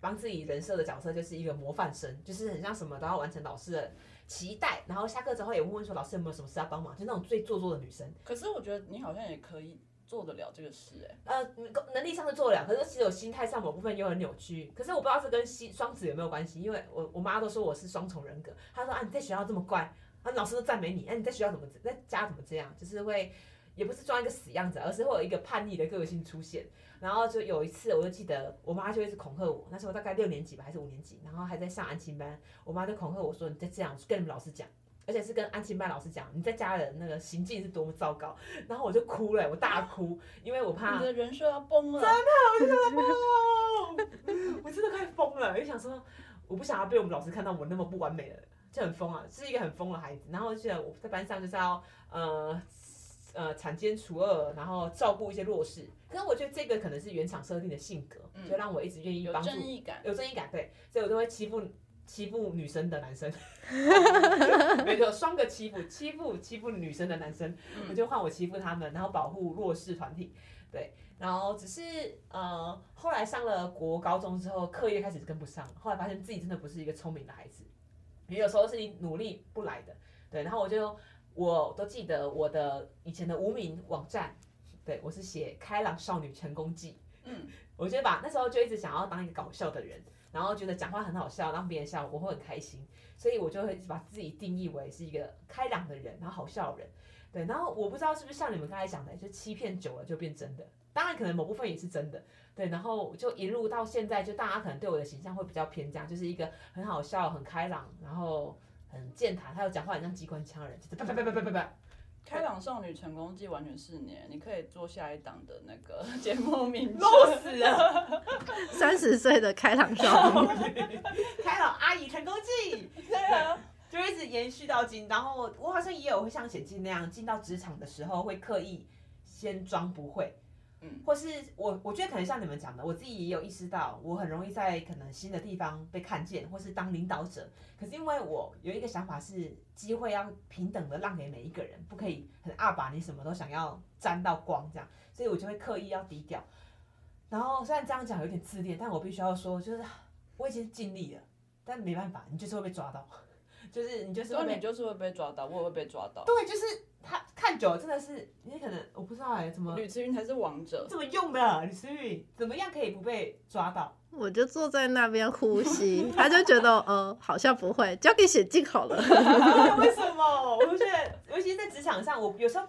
Speaker 2: 帮自己人设的角色就是一个模范生，就是很像什么都要完成老师的期待，然后下课之后也会问说老师有没有什么事要帮忙，就那种最做作的女生。
Speaker 3: 可是我觉得你好像也可以做得了这个事、哎，
Speaker 2: 呃，能力上是做得了，可是其实我心态上某部分又很扭曲。可是我不知道这跟西双子有没有关系，因为我我妈都说我是双重人格，她说啊你在学校这么乖，啊老师都赞美你，哎、你在学校怎么在家怎么这样，就是会也不是装一个死样子，啊而是会有一个叛逆的个性出现。然后就有一次，我就记得我妈就一直恐吓我，那时候大概六年级吧还是五年级，然后还在上安亲班，我妈就恐吓我说你再这样，我跟你们老师讲。而且是跟安亲班老师讲，你在家的那个行径是多么糟糕，然后我就哭了，我大哭，因为我怕
Speaker 3: 你的人设要崩了。
Speaker 2: 哦，我真的快疯了，就想说，我不想要被我们老师看到我那么不完美的就很疯啊，是一个很疯的孩子。然后我记得我在班上就是要呃呃铲奸除恶，然后照顾一些弱势。可是我觉得这个可能是原厂设定的性格，
Speaker 3: 嗯
Speaker 2: 就让我一直愿意
Speaker 3: 有
Speaker 2: 帮助
Speaker 3: 正义感。
Speaker 2: 有正义感，对，所以我都会欺负欺负女生的男生， 没错，双个欺负，欺负欺负女生的男生，我就换我欺负他们，然后保护弱势团体，对，然后只是呃，后来上了国高中之后，课业开始跟不上，后来发现自己真的不是一个聪明的孩子，也有时候是你努力不来的，对，然后我就我都记得我的以前的无名网站，对我是写《开朗少女成功记》。
Speaker 3: 嗯，
Speaker 2: 我就把那时候就一直想要当一个搞笑的人，然后觉得讲话很好笑，让别人笑我会很开心，所以我就会一直把自己定义为是一个开朗的人，然后好笑的人。对，然后我不知道是不是像你们刚才讲的，就欺骗久了就变真的，当然可能某部分也是真的。对，然后就一路到现在，就大家可能对我的形象会比较偏这样，就是一个很好笑、很开朗，然后很健谈，还有讲话很像机关枪的人，就是叭叭叭叭叭叭叭。
Speaker 3: 开朗少女成功记完全是你，你可以做下一档的那个 节目名称。
Speaker 2: low 死了！
Speaker 1: 三十岁的开朗少女，
Speaker 2: 开朗阿姨成功记。
Speaker 3: 对啊，
Speaker 2: 就一直延续到今，然后我好像也有会像显进那样，进到职场的时候会刻意先装不会，
Speaker 3: 嗯，
Speaker 2: 或是我我觉得可能像你们讲的，我自己也有意识到，我很容易在可能新的地方被看见，或是当领导者。可是因为我有一个想法是，机会要平等的让给每一个人，不可以很二把你什么都想要沾到光这样，所以我就会刻意要低调。然后虽然这样讲有点自恋，但我必须要说，就是啊我已经尽力了，但没办法，你就是会被抓到， 就是你就是
Speaker 3: 所
Speaker 2: 会
Speaker 3: 以
Speaker 2: 被
Speaker 3: 你就是会被抓到，我也会被抓到。
Speaker 2: 对，就是他看久了真的是，你可能我不知道哎、怎么
Speaker 3: 吕慈云才是王者，
Speaker 2: 怎么用的？李思雨怎么样可以不被抓到？
Speaker 1: 我就坐在那边呼吸，他就觉得呃好像不会，交给写进口了。
Speaker 2: 对为什么？我觉得，尤其是在职场上，我有时候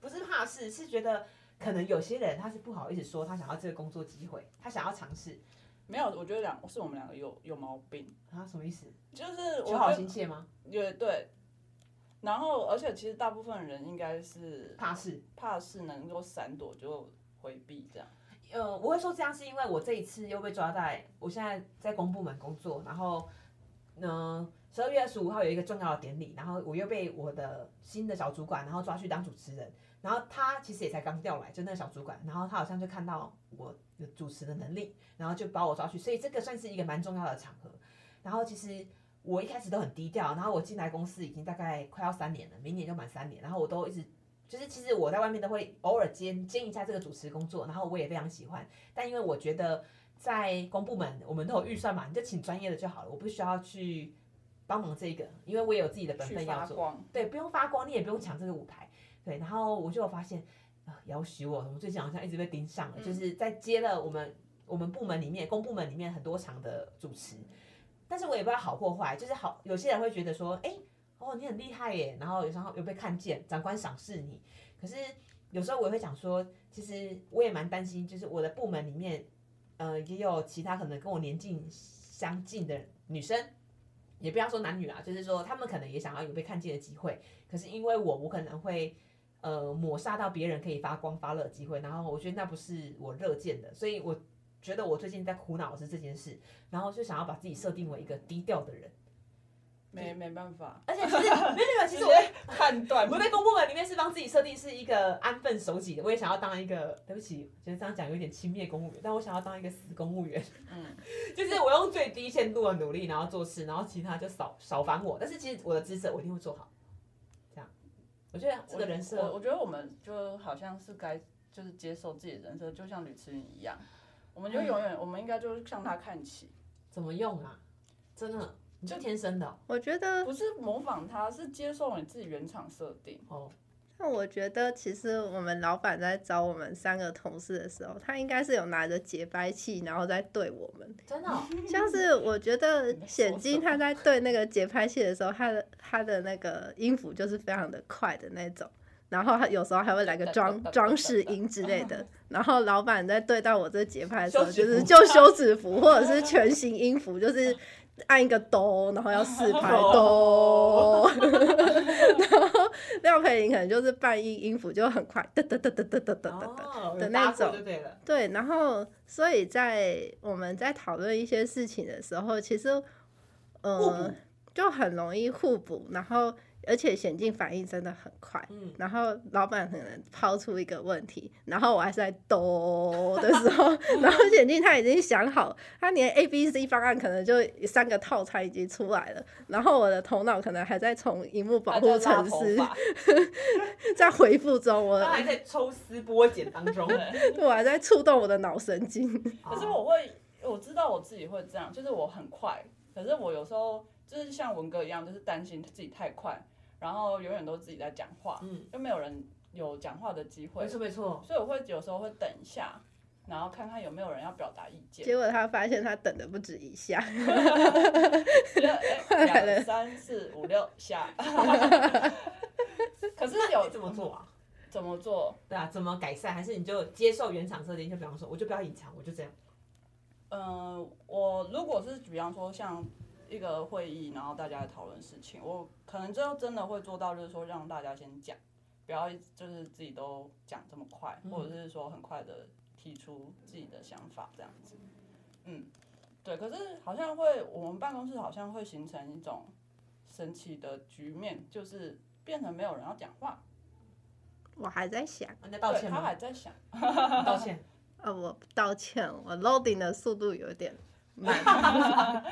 Speaker 2: 不是怕事，是觉得可能有些人他是不好意思说他想要这个工作机会，他想要尝试
Speaker 3: 没有，我觉得两是我们两个有有毛病，
Speaker 2: 啊，什么意思？
Speaker 3: 就是我
Speaker 2: 求好
Speaker 3: 跟
Speaker 2: 心切吗？
Speaker 3: 也对。然后，而且其实大部分人应该是
Speaker 2: 怕事？
Speaker 3: 怕是能够闪躲就回避这样。
Speaker 2: 呃，我会说这样是因为我这一次又被抓在，我现在在公部门工作，然后，嗯、1十二月二十五号有一个重要的典礼，然后我又被我的新的小主管，然后抓去当主持人，然后他其实也才刚调来，就那个小主管，然后他好像就看到我有主持的能力，然后就把我抓去，所以这个算是一个蛮重要的场合。然后其实我一开始都很低调，然后我进来公司已经大概快要三年了，明年就满三年，然后我都一直就是其实我在外面都会偶尔兼兼一下这个主持工作，然后我也非常喜欢，但因为我觉得在公部门我们都有预算嘛，你就请专业的就好了，我不需要去帮忙这个，因为我也有自己的本
Speaker 3: 去
Speaker 2: 分
Speaker 3: 发
Speaker 2: 要做。
Speaker 3: 光，
Speaker 2: 对，不用发光，你也不用抢这个舞台。对，然后我就有发现，啊、要许我，我最近好像一直被盯上了，就
Speaker 3: 嗯
Speaker 2: 是在接了我们我们部门里面公部门里面很多场的主持，但是我也不知道好或坏，就是好，有些人会觉得说，哎，哦，你很厉害耶，然后有时候又被看见，长官赏识你，可是有时候我也会想说，其实我也蛮担心，就是我的部门里面，呃，也有其他可能跟我年纪相近的女生，也不要说男女啦，就是说他们可能也想要有被看见的机会，可是因为我，我可能会呃抹杀到别人可以发光发热的机会，然后我觉得那不是我乐见的，所以我觉得我最近在苦恼的是这件事，然后就想要把自己设定为一个低调的人，
Speaker 3: 没没办法，
Speaker 2: 而且其实没有没有，其实我
Speaker 3: 直接判 断
Speaker 2: 我在公部门里面是帮自己设定是一个安分守己的，我也想要当一个，对不起，觉得这样讲有点轻蔑公务员，但我想要当一个死公务员，
Speaker 3: 嗯，
Speaker 2: 就是我用最低限度的努力，然后做事，然后其他就少少烦我，但是其实我的职责我一定会做好，这样，我觉得这个人
Speaker 3: 我
Speaker 2: 设
Speaker 3: 我觉得我们就好像是该就是接受自己的人设，就像吕慈云一样，我们就
Speaker 2: 嗯
Speaker 3: 永远，我们应该就是向他看齐，
Speaker 2: 怎么用啊？真的，你就天生的哦
Speaker 1: 我觉得
Speaker 3: 不是模仿他，是接受你自己原厂设定。
Speaker 2: 哦，
Speaker 1: 那我觉得，其实我们老板在找我们三个同事的时候，他应该是有拿着节拍器，然后在对我们。
Speaker 2: 真的 哦、
Speaker 1: 像是我觉得
Speaker 3: 你在说
Speaker 1: 显
Speaker 3: 什
Speaker 1: 金
Speaker 3: 么
Speaker 1: 他在对那个节拍器的时候，他的他的那个音符就是非常的快的那种，然后他有时候还会来个装装饰音之类的。然后老板在对到我这节拍的时候，
Speaker 2: 休止
Speaker 1: 就是
Speaker 2: 符
Speaker 1: 就休止符或者是全形音符，就是按一个哆，然后要 四拍
Speaker 2: 哦
Speaker 1: 哆。 然后廖培林可能就是半音音符就很快，哒哒哒哒哒哒哒哒哒。
Speaker 2: 哦，
Speaker 1: 的
Speaker 2: 有搭
Speaker 1: 那
Speaker 2: 过
Speaker 1: 种
Speaker 2: 就对了，
Speaker 1: 对，然后所以在我们在讨论一些事情的时候，其实，
Speaker 2: 互补
Speaker 1: 呃，就很容易互补，然后而且显性反应真的很快。
Speaker 2: 嗯，
Speaker 1: 然后老板可能抛出一个问题，然后我还是在 哆的时候，然后显进他已经想好，他连 A、B、C 方案可能就三个套餐已经出来了，然后我的头脑可能还在从荧幕保
Speaker 3: 还
Speaker 1: 护
Speaker 3: 在拉
Speaker 1: 城
Speaker 3: 头
Speaker 1: 市
Speaker 3: 发
Speaker 1: 在回复中， 我
Speaker 2: 他还在抽丝剥茧当中呢。
Speaker 1: 我还在触动我的脑神经。
Speaker 3: 可是
Speaker 2: 哦
Speaker 3: 我会，我知道我自己会这样，就是我很快，可是我有时候就是像文哥一样，就是担心自己太快，然后永远都自己在讲话，
Speaker 2: 嗯，
Speaker 3: 就没有人有讲话的机会
Speaker 2: 没，错没错，
Speaker 3: 所以我会有时候会等一下，然后看看有没有人要表达意见。
Speaker 1: 结果他发现他等的不止一下，
Speaker 3: 两三四五六下。 可是有
Speaker 2: 你怎么做啊？
Speaker 3: 怎么做？
Speaker 2: 对啊，怎么改善？还是你就接受原厂设定？就比方说，我就不要隐藏，我就这样。
Speaker 3: 嗯、我如果是比方说像一个会议，然后大家在讨论事情，我可能就真的会做到，就是说让大家先讲，不要就是自己都讲这么快，
Speaker 2: 嗯
Speaker 3: 或者是说很快的提出自己的想法这样子。嗯，对。可是好像会，我们办公室好像会形成一种神奇的局面，就是变成没有人要讲话，
Speaker 1: 我还在想，
Speaker 2: 啊你在道
Speaker 3: 对
Speaker 2: 歉
Speaker 3: 他
Speaker 2: 吗
Speaker 3: 还？在想。
Speaker 2: 你道歉。
Speaker 1: 呃，我道歉，我 loading 的速度有点慢。
Speaker 3: 但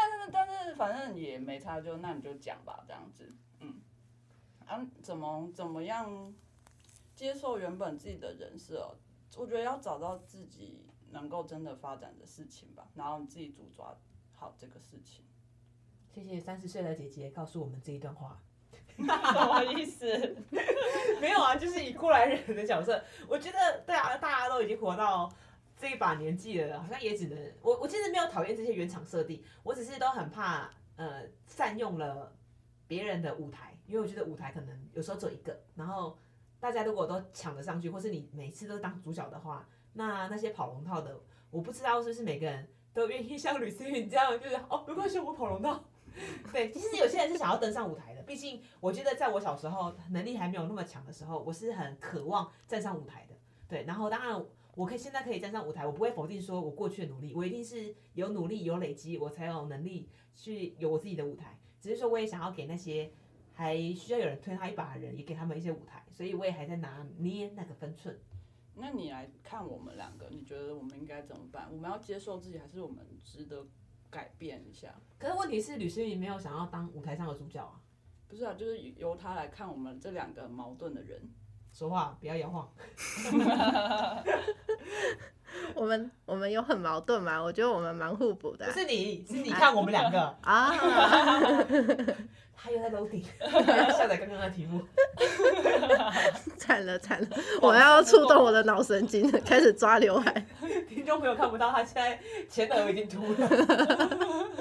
Speaker 3: 是但是反正也没差，就那你就讲吧，这样子，嗯，啊，怎么怎么样接受原本自己的人设、哦？我觉得要找到自己能够真的发展的事情吧，然后你自己主抓好这个事情。
Speaker 2: 谢谢三十岁的姐姐告诉我们这一段话。
Speaker 3: 什么意思？
Speaker 2: 没有啊，就是以过来人的角色，我觉得对啊，大家都已经活到这一把年纪了，好像也只能我我其实没有讨厌这些原厂设定，我只是都很怕呃善用了别人的舞台，因为我觉得舞台可能有时候只有一个，然后大家如果都抢得上去，或是你每次都当主角的话，那那些跑龙套的，我不知道是不是每个人都愿意像吕思韵这样，就是哦没关系，我跑龙套。对，其实有些人是想要登上舞台的，毕竟我觉得在我小时候能力还没有那么强的时候，我是很渴望站上舞台的。对，然后当然我可以现在可以站上舞台，我不会否定说我过去的努力，我一定是有努力有累积，我才有能力去有我自己的舞台。只是说我也想要给那些还需要有人推他一把的人，也给他们一些舞台，所以我也还在拿捏那个分寸。
Speaker 3: 那你来看我们两个，你觉得我们应该怎么办？我们要接受自己，还是我们值得改变一下？
Speaker 2: 可是问题是，吕思云没有想要当舞台上的主角啊！
Speaker 3: 不是啊，就是由他来看我们这两个矛盾的人。
Speaker 2: 说话不要摇晃。
Speaker 1: 我们我们有很矛盾嘛？我觉得我们蛮互补的
Speaker 2: 不
Speaker 1: 啊
Speaker 2: 是你，是你看我们两个，
Speaker 1: 啊。
Speaker 2: 他又在楼顶，下载刚刚的题目。
Speaker 1: 惨了惨了，
Speaker 3: 哇
Speaker 1: 我要触动我的脑神经了，开始抓刘海。
Speaker 2: 听众朋友看不到，他现在前额已经秃了。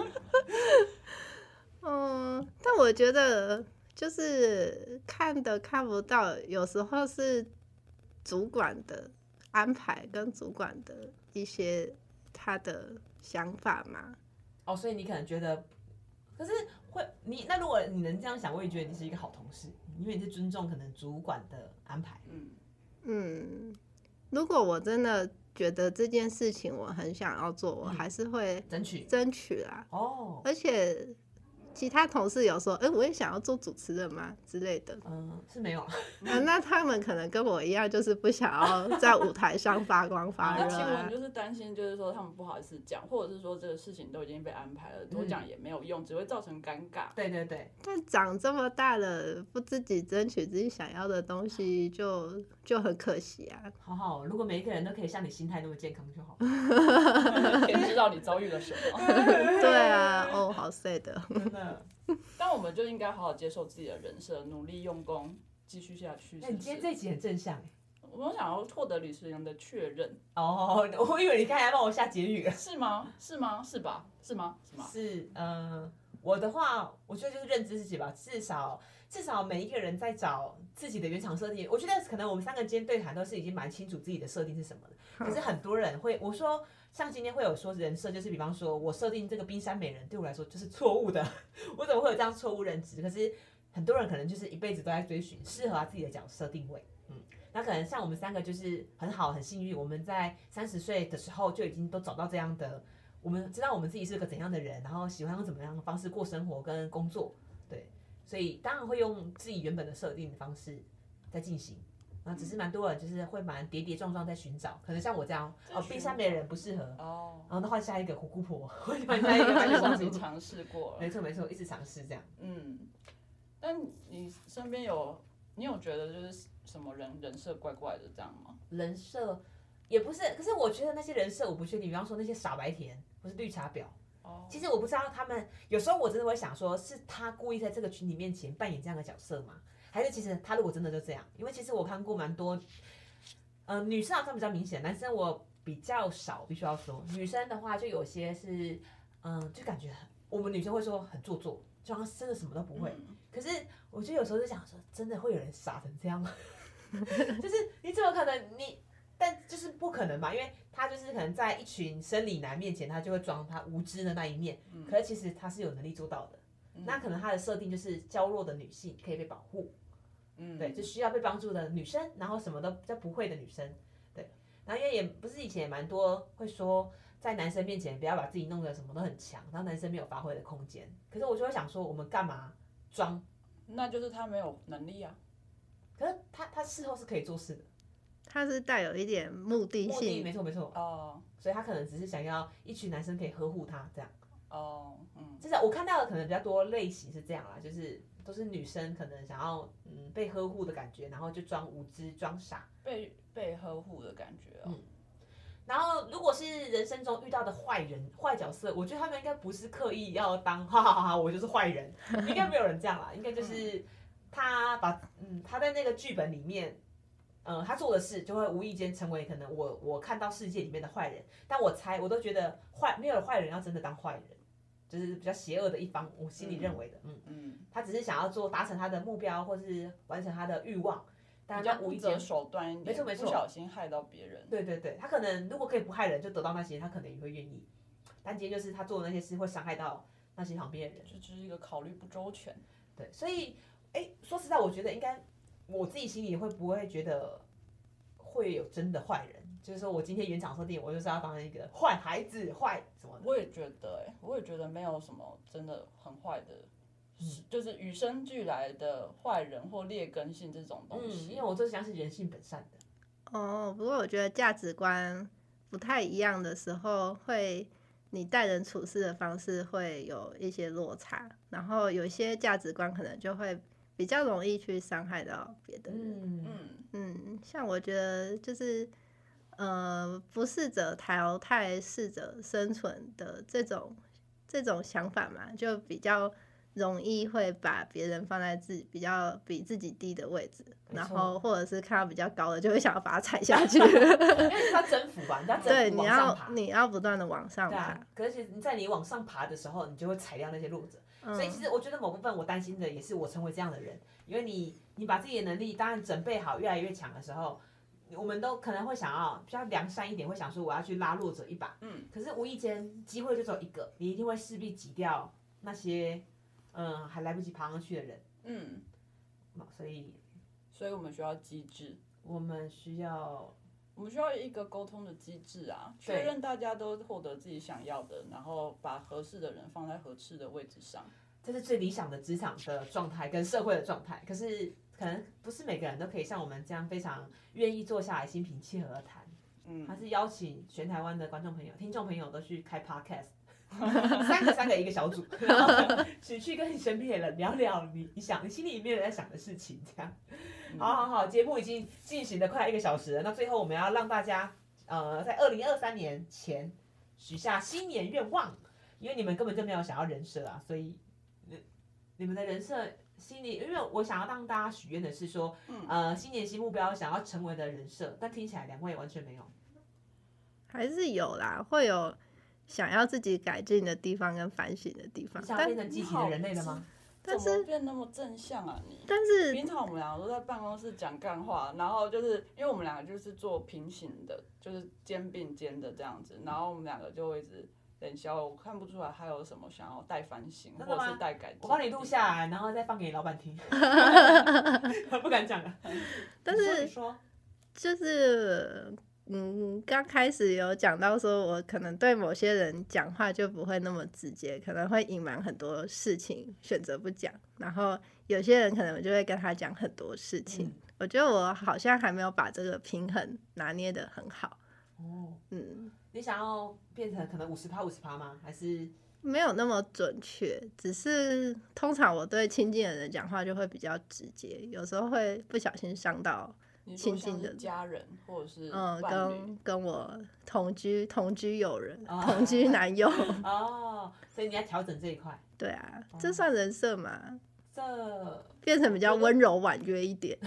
Speaker 1: 嗯，但我觉得就是看的看不到，有时候是主管的安排跟主管的一些他的想法嘛。
Speaker 2: 哦，所以你可能觉得，可是会你那如果你能这样想，我也觉得你是一个好同事，因为你是尊重可能主管的安排。
Speaker 3: 嗯，
Speaker 1: 嗯，如果我真的觉得这件事情我很想要做，我
Speaker 2: 嗯
Speaker 1: 还是会
Speaker 2: 争取
Speaker 1: 争取啦。
Speaker 2: 哦，
Speaker 1: 而且其他同事有说，哎、我也想要做主持人嘛之类的。
Speaker 2: 嗯、是没有啊。
Speaker 1: 啊，那他们可能跟我一样，就是不想要在舞台上发 光发
Speaker 3: 那
Speaker 1: 热、
Speaker 3: 其实我
Speaker 1: 啊
Speaker 3: 们。就是担心，就是说他们不好意思讲，或者是说这个事情都已经被安排了，多
Speaker 2: 嗯
Speaker 3: 讲也没有用，只会造成尴尬。
Speaker 2: 对对对，
Speaker 1: 但长这么大了，不自己争取自己想要的东西就，就很可惜 啊。
Speaker 2: 好好，如果每一个人都可以像你心态那么健康就好了。
Speaker 3: 天知道你遭遇了什么，
Speaker 1: 对啊，哦，好 sad 哦。
Speaker 2: 真 的。
Speaker 3: 但我们就应该好好接受自己的人生，努力用功，继续下去。
Speaker 2: 那
Speaker 3: 是
Speaker 2: 哎你
Speaker 3: 不
Speaker 2: 今天
Speaker 3: 是？
Speaker 2: 这一集很正向哎。
Speaker 3: 我想要获得李思阳的确认，
Speaker 2: 哦，我以为你刚才帮我下结语了。
Speaker 3: 是吗？是吗？是吧？是吗？是吗？
Speaker 2: 是，呃，我的话，我觉得就是认知自己吧，至少至少每一个人在找自己的原厂设定，我觉得可能我们三个今天对谈都是已经蛮清楚自己的设定是什么的。可是很多人会，我说像今天会有说人设，就是比方说我设定这个冰山美人对我来说就是错误的， 我怎么会有这样错误认知？可是很多人可能就是一辈子都在追寻适合他自己的角色定位。嗯，那可能像我们三个就是很好很幸运，我们在三十岁的时候就已经都找到这样的我们知道我们自己是个怎样的人，然后喜欢用怎么样的方式过生活跟工作，对，所以当然会用自己原本的设定的方式在进行。然后只是蛮多人就是会蛮跌跌撞撞在寻找，可能像我这样
Speaker 3: 在
Speaker 2: 哦
Speaker 3: 寻
Speaker 2: ，B 三没人不适合，
Speaker 3: 哦，
Speaker 2: 然后再换下一个虎姑婆，换下一 个白雪公
Speaker 3: 已经
Speaker 2: 主，
Speaker 3: 尝试过了，
Speaker 2: 没错没错，一直尝试这样。
Speaker 3: 嗯。但你身边有，你有觉得就是什么人人设怪怪的这样吗？
Speaker 2: 人设也不是，可是我觉得那些人设我不确定，比方说那些傻白甜或是绿茶婊，
Speaker 3: 哦，
Speaker 2: 其实我不知道他们有时候我真的会想说，是他故意在这个群体面前扮演这样的角色吗？还是其实他如果真的就这样？因为其实我看过蛮多，呃，女生好像比较明显，男生我比较少，必须要说，女生的话就有些是，嗯、就感觉很我们女生会说很做作，就好像真的什么都不会。
Speaker 3: 嗯
Speaker 2: 可是我就有时候就想说，真的会有人傻成这样吗？ 就是你怎么可能你？但就是不可能嘛，因为他就是可能在一群生理男面前，他就会装他无知的那一面，
Speaker 3: 嗯
Speaker 2: 可是其实他是有能力做到的。
Speaker 3: 嗯
Speaker 2: 那可能他的设定就是娇弱的女性可以被保护，
Speaker 3: 嗯
Speaker 2: 对，就需要被帮助的女生，然后什么都比较不会的女生，对。然后因为也不是以前也蛮多会说，在男生面前不要把自己弄得什么都很强，然后男生没有发挥的空间。可是我就会想说，我们干嘛装
Speaker 3: 那就是他没有能力啊。
Speaker 2: 可是他他事后是可以做事的，
Speaker 1: 他是带有一点目的
Speaker 2: 目的
Speaker 1: 性，
Speaker 2: 没错没错，
Speaker 3: 哦
Speaker 2: 所以他可能只是想要一群男生可以呵护他这样。
Speaker 3: 哦，嗯
Speaker 2: 至少我看到的可能比较多类型是这样啦，就是都是女生可能想要嗯被呵护的感觉，然后就装无知装傻。
Speaker 3: 被被呵护的感觉哦。
Speaker 2: 然后如果是人生中遇到的坏人坏角色，我觉得他们应该不是刻意要当哈哈哈哈我就是坏人，应该没有人这样啦，应该就是他把嗯他在那个剧本里面。呃，他做的事就会无意间成为可能我我看到世界里面的坏人，但我猜我都觉得坏没有坏人要真的当坏人，就是比较邪恶的一方，我心里认为的，嗯，
Speaker 3: 嗯，
Speaker 2: 他只是想要做达成他的目标或是完成他的欲望，但
Speaker 3: 比
Speaker 2: 他
Speaker 3: 较
Speaker 2: 就无
Speaker 3: 不
Speaker 2: 意间
Speaker 3: 择手段一点，
Speaker 2: 没错没错
Speaker 3: 不小心害到别人。
Speaker 2: 对对对，他可能如果可以不害人，就得到那些，他可能也会愿意。但今天就是他做的那些事会伤害到那些旁边的人。
Speaker 3: 这只是一个考虑不周全。
Speaker 2: 对，所以，哎，说实在，我觉得应该我自己心里会不会觉得会有真的坏人？就是说我今天原厂设定，我就是要当一个坏孩子、坏什么的。
Speaker 3: 我也觉得、欸，我也觉得没有什么真的很坏的，是
Speaker 2: 嗯
Speaker 3: 就是与生俱来的坏人或劣根性这种东
Speaker 2: 嗯，因
Speaker 3: 西
Speaker 2: 为。我最相信人性本善的。
Speaker 1: 哦，不过我觉得价值观不太一样的时候，会你待人处事的方式会有一些落差，然后有一些价值观可能就会比较容易去伤害到别的人。
Speaker 2: 嗯，
Speaker 3: 嗯
Speaker 1: 嗯，像我觉得就是呃，不适者淘汰，适者生存的这种这种想法嘛，就比较。容易会把别人放在自己比较比自己低的位置，
Speaker 2: 没
Speaker 1: 然
Speaker 2: 错
Speaker 1: 后或者是看到比较高的就会想要把它踩 下去。
Speaker 2: 因为要征服吧，你要征服
Speaker 1: 对，你
Speaker 2: 往上
Speaker 1: 要
Speaker 2: 爬
Speaker 1: 你要不断的往上
Speaker 2: 对
Speaker 1: 爬
Speaker 2: 啊，，可是其实你在你往上爬的时候，你就会踩掉那些弱者。所以其
Speaker 1: 嗯，
Speaker 2: 实我觉得某部分我担心的也是我成为这样的人，因为你你把自己的能力当然准备好越来越强的时候，我们都可能会想要比较良善一点，会想说我要去拉弱者一把，
Speaker 3: 嗯，
Speaker 2: 可是无意间机会就只有一个，你一定会势必挤掉那些嗯还来不及爬上去的人，
Speaker 3: 嗯，
Speaker 2: 哦所以
Speaker 3: 所以我们需要机制，
Speaker 2: 我们需要
Speaker 3: 我们需要一个沟通的机制啊，
Speaker 2: 对
Speaker 3: 确认大家都获得自己想要的，然后把合适的人放在合适的位置上。
Speaker 2: 这是最理想的职场的状态跟社会的状态，可是可能不是每个人都可以像我们这样非常愿意坐下来心平气和的谈。
Speaker 3: 嗯
Speaker 2: 他，是邀请全台湾的观众朋友、听众朋友都去开 podcast，三个三个一个小组， 然后只去跟你身边的人聊聊你你想你心里面在想的事情，这样。
Speaker 3: 嗯
Speaker 2: 好好好，节目已经进行了快一个小时了，那最后我们要让大家呃在二零二三年前许下新年愿望，因为你们根本就没有想要人设啊，所以你你们的人设心里，因为我想要让大家许愿的是说，
Speaker 3: 嗯
Speaker 2: 呃新年新目标想要成为的人设，但听起来两位完全没有。
Speaker 1: 还是有啦，会有想要自己改进的地方跟反省的地方
Speaker 2: 你，想要
Speaker 1: 但
Speaker 2: 变成畸形的人类了吗？
Speaker 1: 但
Speaker 3: 怎
Speaker 1: 是
Speaker 3: 么变那么正向啊你？
Speaker 1: 但是
Speaker 3: 平常我们两个都在办公室讲干话，然后就是因为我们两个就是做平行的，就是肩并肩的这样
Speaker 2: 嗯
Speaker 3: 子，然后我们两个就会一直冷笑，我看不出来他有什么想要带反省
Speaker 2: 真
Speaker 3: 或
Speaker 2: 的吗
Speaker 3: 者是带改进。
Speaker 2: 我帮你录下，来，然后再放给老板听。不敢讲了。
Speaker 1: 但
Speaker 2: 你说
Speaker 1: 是
Speaker 2: 你说，
Speaker 1: 就是嗯，刚开始有讲到说，我可能对某些人讲话就不会那么直接，可能会隐瞒很多事情，选择不讲。然后有些人可能就会跟他讲很多事情。
Speaker 2: 嗯
Speaker 1: 我觉得我好像还没有把这个平衡拿捏的很好。
Speaker 2: 哦，
Speaker 1: 嗯，
Speaker 2: 你想要变成可能五十趴五十趴吗？还是
Speaker 1: 没有那么准确，只是通常我对亲近的人讲话就会比较直接，有时候会不小心伤到
Speaker 3: 你说
Speaker 1: 亲
Speaker 3: 像
Speaker 1: 近
Speaker 3: 是
Speaker 1: 的
Speaker 3: 家人或者是
Speaker 1: 嗯
Speaker 3: 伴侣，
Speaker 1: 跟跟我同居同居友人、
Speaker 2: 哦
Speaker 1: 同居男友，
Speaker 2: 哦，所以你要调整这一块，
Speaker 1: 对啊
Speaker 2: 哦，
Speaker 1: 这算人设嘛？
Speaker 2: 这
Speaker 1: 变成比较温柔婉约一 点。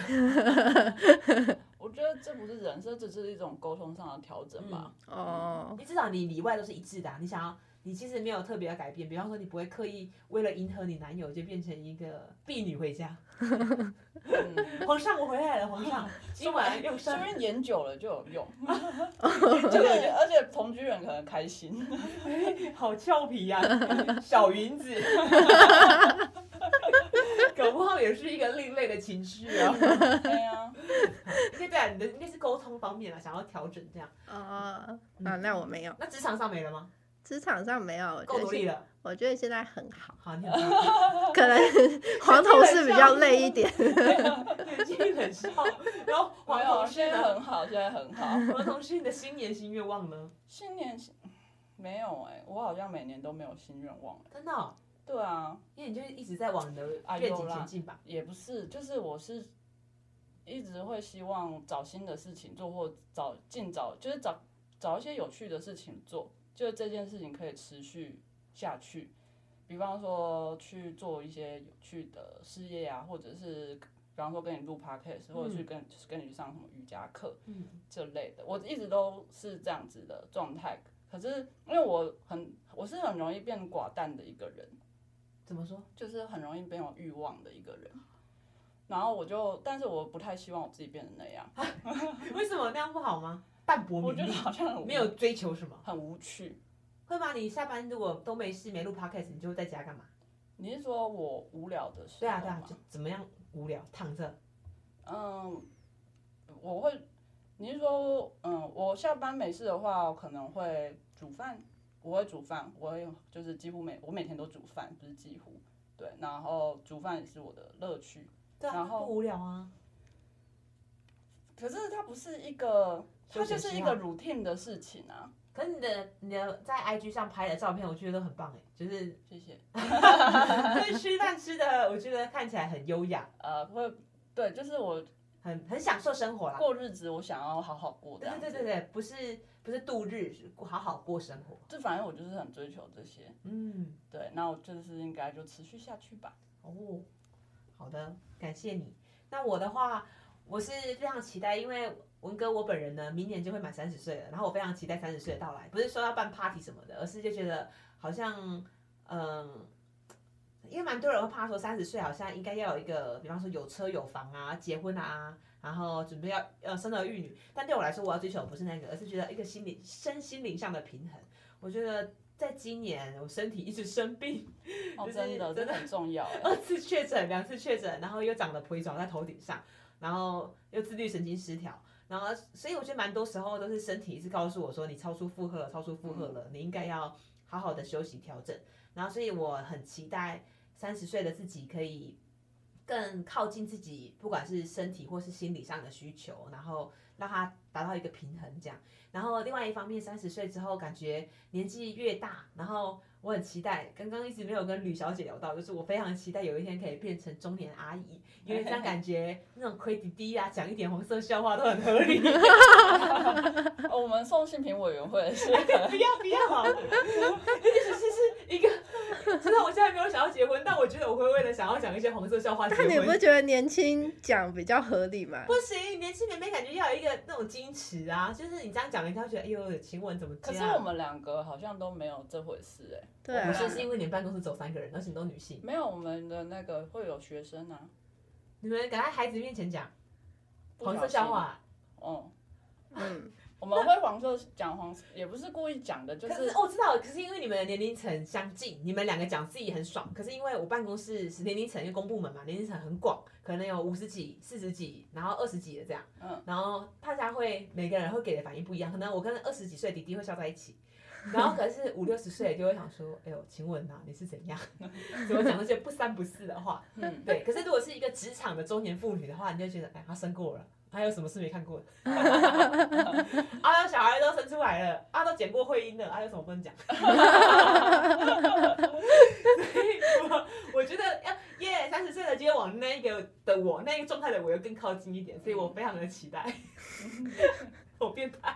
Speaker 3: 我觉得这不是人生，这只是一种沟通上的调整吧。
Speaker 1: 哦，
Speaker 2: 你至少你里外都是一致的啊、你想要，你其实没有特别的改变，比方说你不会刻意为了迎合你男友就变成一个婢女 回家。
Speaker 3: 嗯，
Speaker 2: 皇上，我回来了，皇上，今晚用
Speaker 3: 说
Speaker 2: 膳。
Speaker 3: 明研久了就有 用，
Speaker 2: 这
Speaker 3: 而且
Speaker 2: 个
Speaker 3: 而且同居人可能 开心。
Speaker 2: 好俏皮呀、小云子， 搞不好也是一个另类的情绪啊。
Speaker 3: 对呀，
Speaker 2: 应该对啊，你的应该是沟通方面啊，想要调整这样。
Speaker 1: 哦，
Speaker 2: 嗯
Speaker 1: 啊，那我没有，
Speaker 2: 那职场上没了吗？
Speaker 1: 职场上没有，我觉
Speaker 2: 够
Speaker 1: 得
Speaker 2: 努力
Speaker 1: 现
Speaker 2: 了，
Speaker 1: 我觉得现在很 好，
Speaker 2: 好，你很棒，
Speaker 1: 可能黄同事比较累一 点。
Speaker 2: 对，继续冷笑。然后黄
Speaker 3: 没有
Speaker 2: 同
Speaker 3: 现
Speaker 2: 事
Speaker 3: 在
Speaker 2: 呢？
Speaker 3: 很好，现在很好。
Speaker 2: 黄同事，你的新年新愿望呢？
Speaker 3: 新年新没有哎、我好像每年都没有新愿望、欸。
Speaker 2: 真的哦、
Speaker 3: 对啊，
Speaker 2: 因为你就是一直在往你的
Speaker 3: 啊
Speaker 2: 愿
Speaker 3: 有
Speaker 2: 景
Speaker 3: 啦
Speaker 2: 前进吧。
Speaker 3: 也不是，就是我是一直会希望找新的事情做，或找尽早就是找找一些有趣的事情做，就是这件事情可以持续下去。比方说去做一些有趣的事业啊，或者是比方说跟你录 podcast，或者去跟、就是跟你去上什么瑜伽课，
Speaker 2: 嗯，
Speaker 3: 这类的，我一直都是这样子的状态。可是因为我很，我是很容易变寡淡的一个人，
Speaker 2: 怎么说？
Speaker 3: 就是很容易变有欲望的一个人。然后我就，但是我不太希望我自己变成那样，
Speaker 2: 啊为什么那样不好吗？淡泊
Speaker 3: 我
Speaker 2: 名
Speaker 3: 觉得
Speaker 2: 利，
Speaker 3: 好像很无
Speaker 2: 没有追求什么。
Speaker 3: 很无趣。
Speaker 2: 会吗？你下班如果都没事没录 podcast，你就会在家干嘛？
Speaker 3: 你是说我无聊的时
Speaker 2: 对
Speaker 3: 候
Speaker 2: 啊
Speaker 3: 吗？
Speaker 2: 对啊，就怎么样无聊躺着？
Speaker 3: 嗯，我会，你是说，嗯，我下班没事的话，我可能会煮饭，我会煮饭，我会就是几乎每我每天都煮饭，不是几乎，对，然后煮饭也是我的乐趣，
Speaker 2: 对啊，
Speaker 3: 然后
Speaker 2: 不无聊啊。
Speaker 3: 可是它不是一个，
Speaker 2: 休
Speaker 3: 它就
Speaker 2: 闲
Speaker 3: 是
Speaker 2: 嗜
Speaker 3: 一
Speaker 2: 好
Speaker 3: 个 routine 的事情啊，
Speaker 2: 可是你的你的在 IG 上拍的照片，我觉得都很棒哎， 就是
Speaker 3: 谢谢，
Speaker 2: 就是吃饭吃的，我觉得看起来很优雅，
Speaker 3: 呃，会，对，就是我
Speaker 2: 很很享受生活啦。
Speaker 3: 过日子，我想要好好过这
Speaker 2: 对
Speaker 3: 样
Speaker 2: 对
Speaker 3: 子，
Speaker 2: 对对对，不是不是度日，是好好过生活。
Speaker 3: 这反正我就是很追求这些，
Speaker 2: 嗯，
Speaker 3: 对，那我就是应该就持续下去吧，
Speaker 2: 哦，好的，感谢你。那我的话，我是非常期待，因为文哥我本人呢，明年就会满三十岁了，然后我非常期待三十岁的到来，不是说要办 party 什么的，而是就觉得好像，嗯。因为蛮多人会怕说三十岁好像应该要有一个，比方说有车有房啊，结婚啊，然后准备要呃生儿育女。但对我来说，我要追求的不是那个，而是觉得一个心理身心灵上的平衡。我觉得在今年我身体一直生病，
Speaker 3: 哦，
Speaker 2: 就是
Speaker 3: 真的，
Speaker 2: 真
Speaker 3: 真
Speaker 2: 的
Speaker 3: 的很 重要欸，
Speaker 2: 二次确诊，两次确诊，然后又长了疱疹在头顶上，然后又自律神经失调，然后所以我觉得蛮多时候都是身体一直告诉我说你超出负荷了，超出负荷了，你应该要好好的休息调整。然后所以我很期待三十岁的自己可以更靠近自己，不管是身体或是心理上的需求，然后让它达到一个平衡这样。然后另外一方面，三十岁之后感觉年纪越大，然后我很期待，刚刚一直没有跟吕小姐聊到，就是我非常期待有一天可以变成中年阿姨，因为这样感觉那种亏弟弟啊，讲一点黄色笑话都很合理。
Speaker 3: 哦我们送性平委员会 的是可能
Speaker 2: 不要不要，其实是一个， 虽然我现在没有想要结婚，但我觉得我会为了想要讲一些黄色笑话结
Speaker 1: 但你不
Speaker 2: 婚。
Speaker 1: 觉得年轻讲比较合理吗
Speaker 2: 不？行，年轻妹妹感觉要有一个那种矜持啊，就是你这样讲，人家会觉得哎呦，晴雯怎么啊这
Speaker 3: 可是
Speaker 2: 样？
Speaker 3: 我们两个好像都没有这回事哎、
Speaker 1: 对
Speaker 2: 不
Speaker 1: 啊，
Speaker 2: 是是因为你们办公室走三个人，而且你都女性，
Speaker 3: 没有我们的那个会有学生啊，
Speaker 2: 你们敢在孩子面前讲
Speaker 3: 不
Speaker 2: 黄色
Speaker 3: 小心
Speaker 2: 笑，话，
Speaker 3: 哦、
Speaker 1: 嗯，
Speaker 3: 我们会黄色讲黄，也不是故意讲的，就
Speaker 2: 可是哦
Speaker 3: 是
Speaker 2: 我知道，可是因为你们的年龄层相近，你们两个讲自己很爽。可是因为我办公室是年龄层，因为公部门嘛，年龄层很广，可能有五十几、四十几，然后二十几的这样。
Speaker 3: 嗯，
Speaker 2: 然后大家会每个人会给的反应不一样，可能我跟二十几岁的弟弟会笑在一起，然后可是五六十岁的就会想说，哎呦，请问啊，你是怎样？ 怎么讲那些不三不四的话？
Speaker 3: 嗯
Speaker 2: 对，可是如果是一个职场的中年妇女的话，你就会觉得，哎，她生过了。还有什么事没看 过的？啊，小孩都生出来了，啊，都剪过会阴了，啊，有什么不能 讲？所以我我觉得要耶，三十岁的今天往那一个的我那一个状态的我又更靠近一点，所以我非常的期 待。我变态，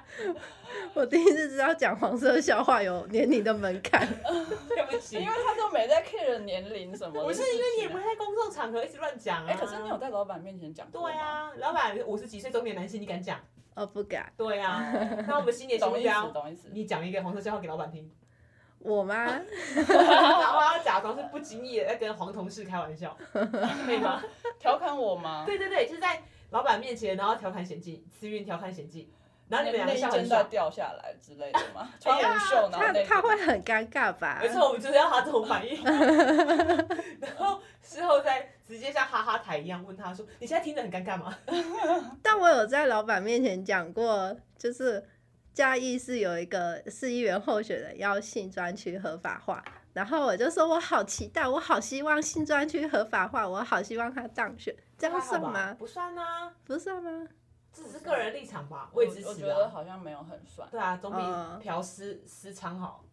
Speaker 1: 我第一次知道讲黄色笑话有年龄的门槛，
Speaker 2: 对不起
Speaker 3: 因为，他都没在 care 年龄什么的。
Speaker 2: 不是因为你也不会在公众场合一直乱讲啊。
Speaker 3: 哎、可是你有在老板面前讲过吗
Speaker 2: 对，啊，老板五十几岁中年男性，你敢讲？
Speaker 1: 我哦不敢。
Speaker 2: 对啊， 那我们新年新目
Speaker 3: 懂意思，
Speaker 2: 标，
Speaker 3: 懂意思。
Speaker 2: 你讲一个黄色笑话给老板 听，
Speaker 1: 我 吗？
Speaker 2: 然后他假装是不经意的在跟黄同事开玩 笑，可以吗？
Speaker 3: 调侃我吗？
Speaker 2: 对对对，就是在老板面前，然后调侃险记，慈云调侃险记，然后你们两
Speaker 3: 内
Speaker 2: 个笑很
Speaker 3: 肩带
Speaker 2: 爽。哎
Speaker 3: 掉下来之类的吗？穿无袖，然后
Speaker 1: 他
Speaker 3: 那
Speaker 1: 他会很尴尬吧
Speaker 2: 没？错，我们就是要他这种 反应，然后事后再直接像哈哈台一样问他说：“你现在听得很尴尬吗
Speaker 1: 但我有在老板面前讲过，就是嘉义是有一个市议员候选人要性专区合法化，然后我就说我好期待，我好希望性专区合法化，我好希望他当选，？”这样
Speaker 2: 还好
Speaker 1: 算
Speaker 2: 吧
Speaker 1: 吗？
Speaker 2: 不算啊，
Speaker 1: 不算吗？
Speaker 2: 这只是个人立场吧，我也支
Speaker 3: 我
Speaker 2: 持
Speaker 3: 觉得
Speaker 2: 啊。
Speaker 3: 好像没有很算。
Speaker 2: 对啊，总
Speaker 1: 嗯
Speaker 2: 比嫖私私娼好，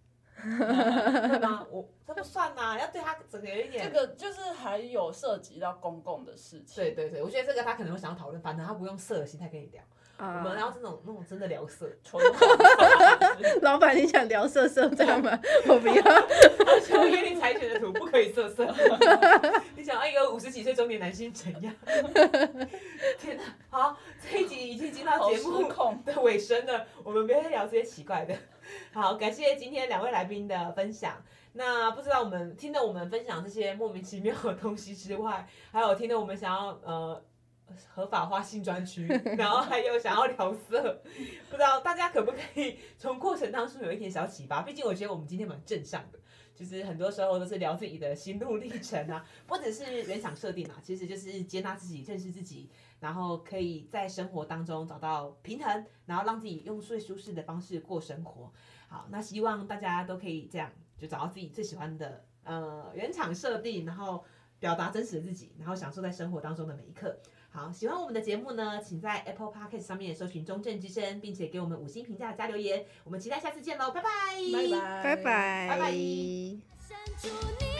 Speaker 2: 对吗？我这不算呐、要对他整个有一
Speaker 3: 这
Speaker 2: 点。
Speaker 3: 个就是还有涉及到公共的事情。
Speaker 2: 对对对，我觉得这个他可能会想要讨论，反正他不用色的心态跟你聊，我
Speaker 1: 啊、
Speaker 2: 们要这种那种真的聊色，
Speaker 3: 纯 黄色
Speaker 1: 老板你想聊色色这样吗？ 我不要，
Speaker 2: 而且我给你采选的图不可以色 色。你想要一个五十几岁中年男性怎样？ 天哪！好，这一集已经进到
Speaker 3: 好
Speaker 2: 节
Speaker 3: 失
Speaker 2: 目
Speaker 3: 控。
Speaker 2: 的尾声了，我们不要再聊这些奇怪的。 好，感谢今天两位来宾的分享。那不知道我们听了我们分享这些莫名其妙的东西之外，还有听了我们想要呃合法化性专区， 然后还有想要聊色，不知道大家可不可以从过程当中有一点小启发？毕竟我觉得我们今天蛮正向的，就是很多时候都是聊自己的心路历程啊， 不只是原厂设定啊，其实就是接纳自己、认识自己，然后可以在生活当中找到平衡，然后让自己用最舒适的方式过生活。好，那希望大家都可以这样，就找到自己最喜欢的呃原厂设定，然后表达真实的自己，然后享受在生活当中的每一刻。好，喜欢我们的节目呢，请在 Apple Podcast 上面搜寻“中正之声”，并且给我们五星评价加留 言。我们期待下次见喽，拜拜，
Speaker 3: 拜拜，
Speaker 1: 拜拜。
Speaker 2: 拜拜
Speaker 4: 伸出你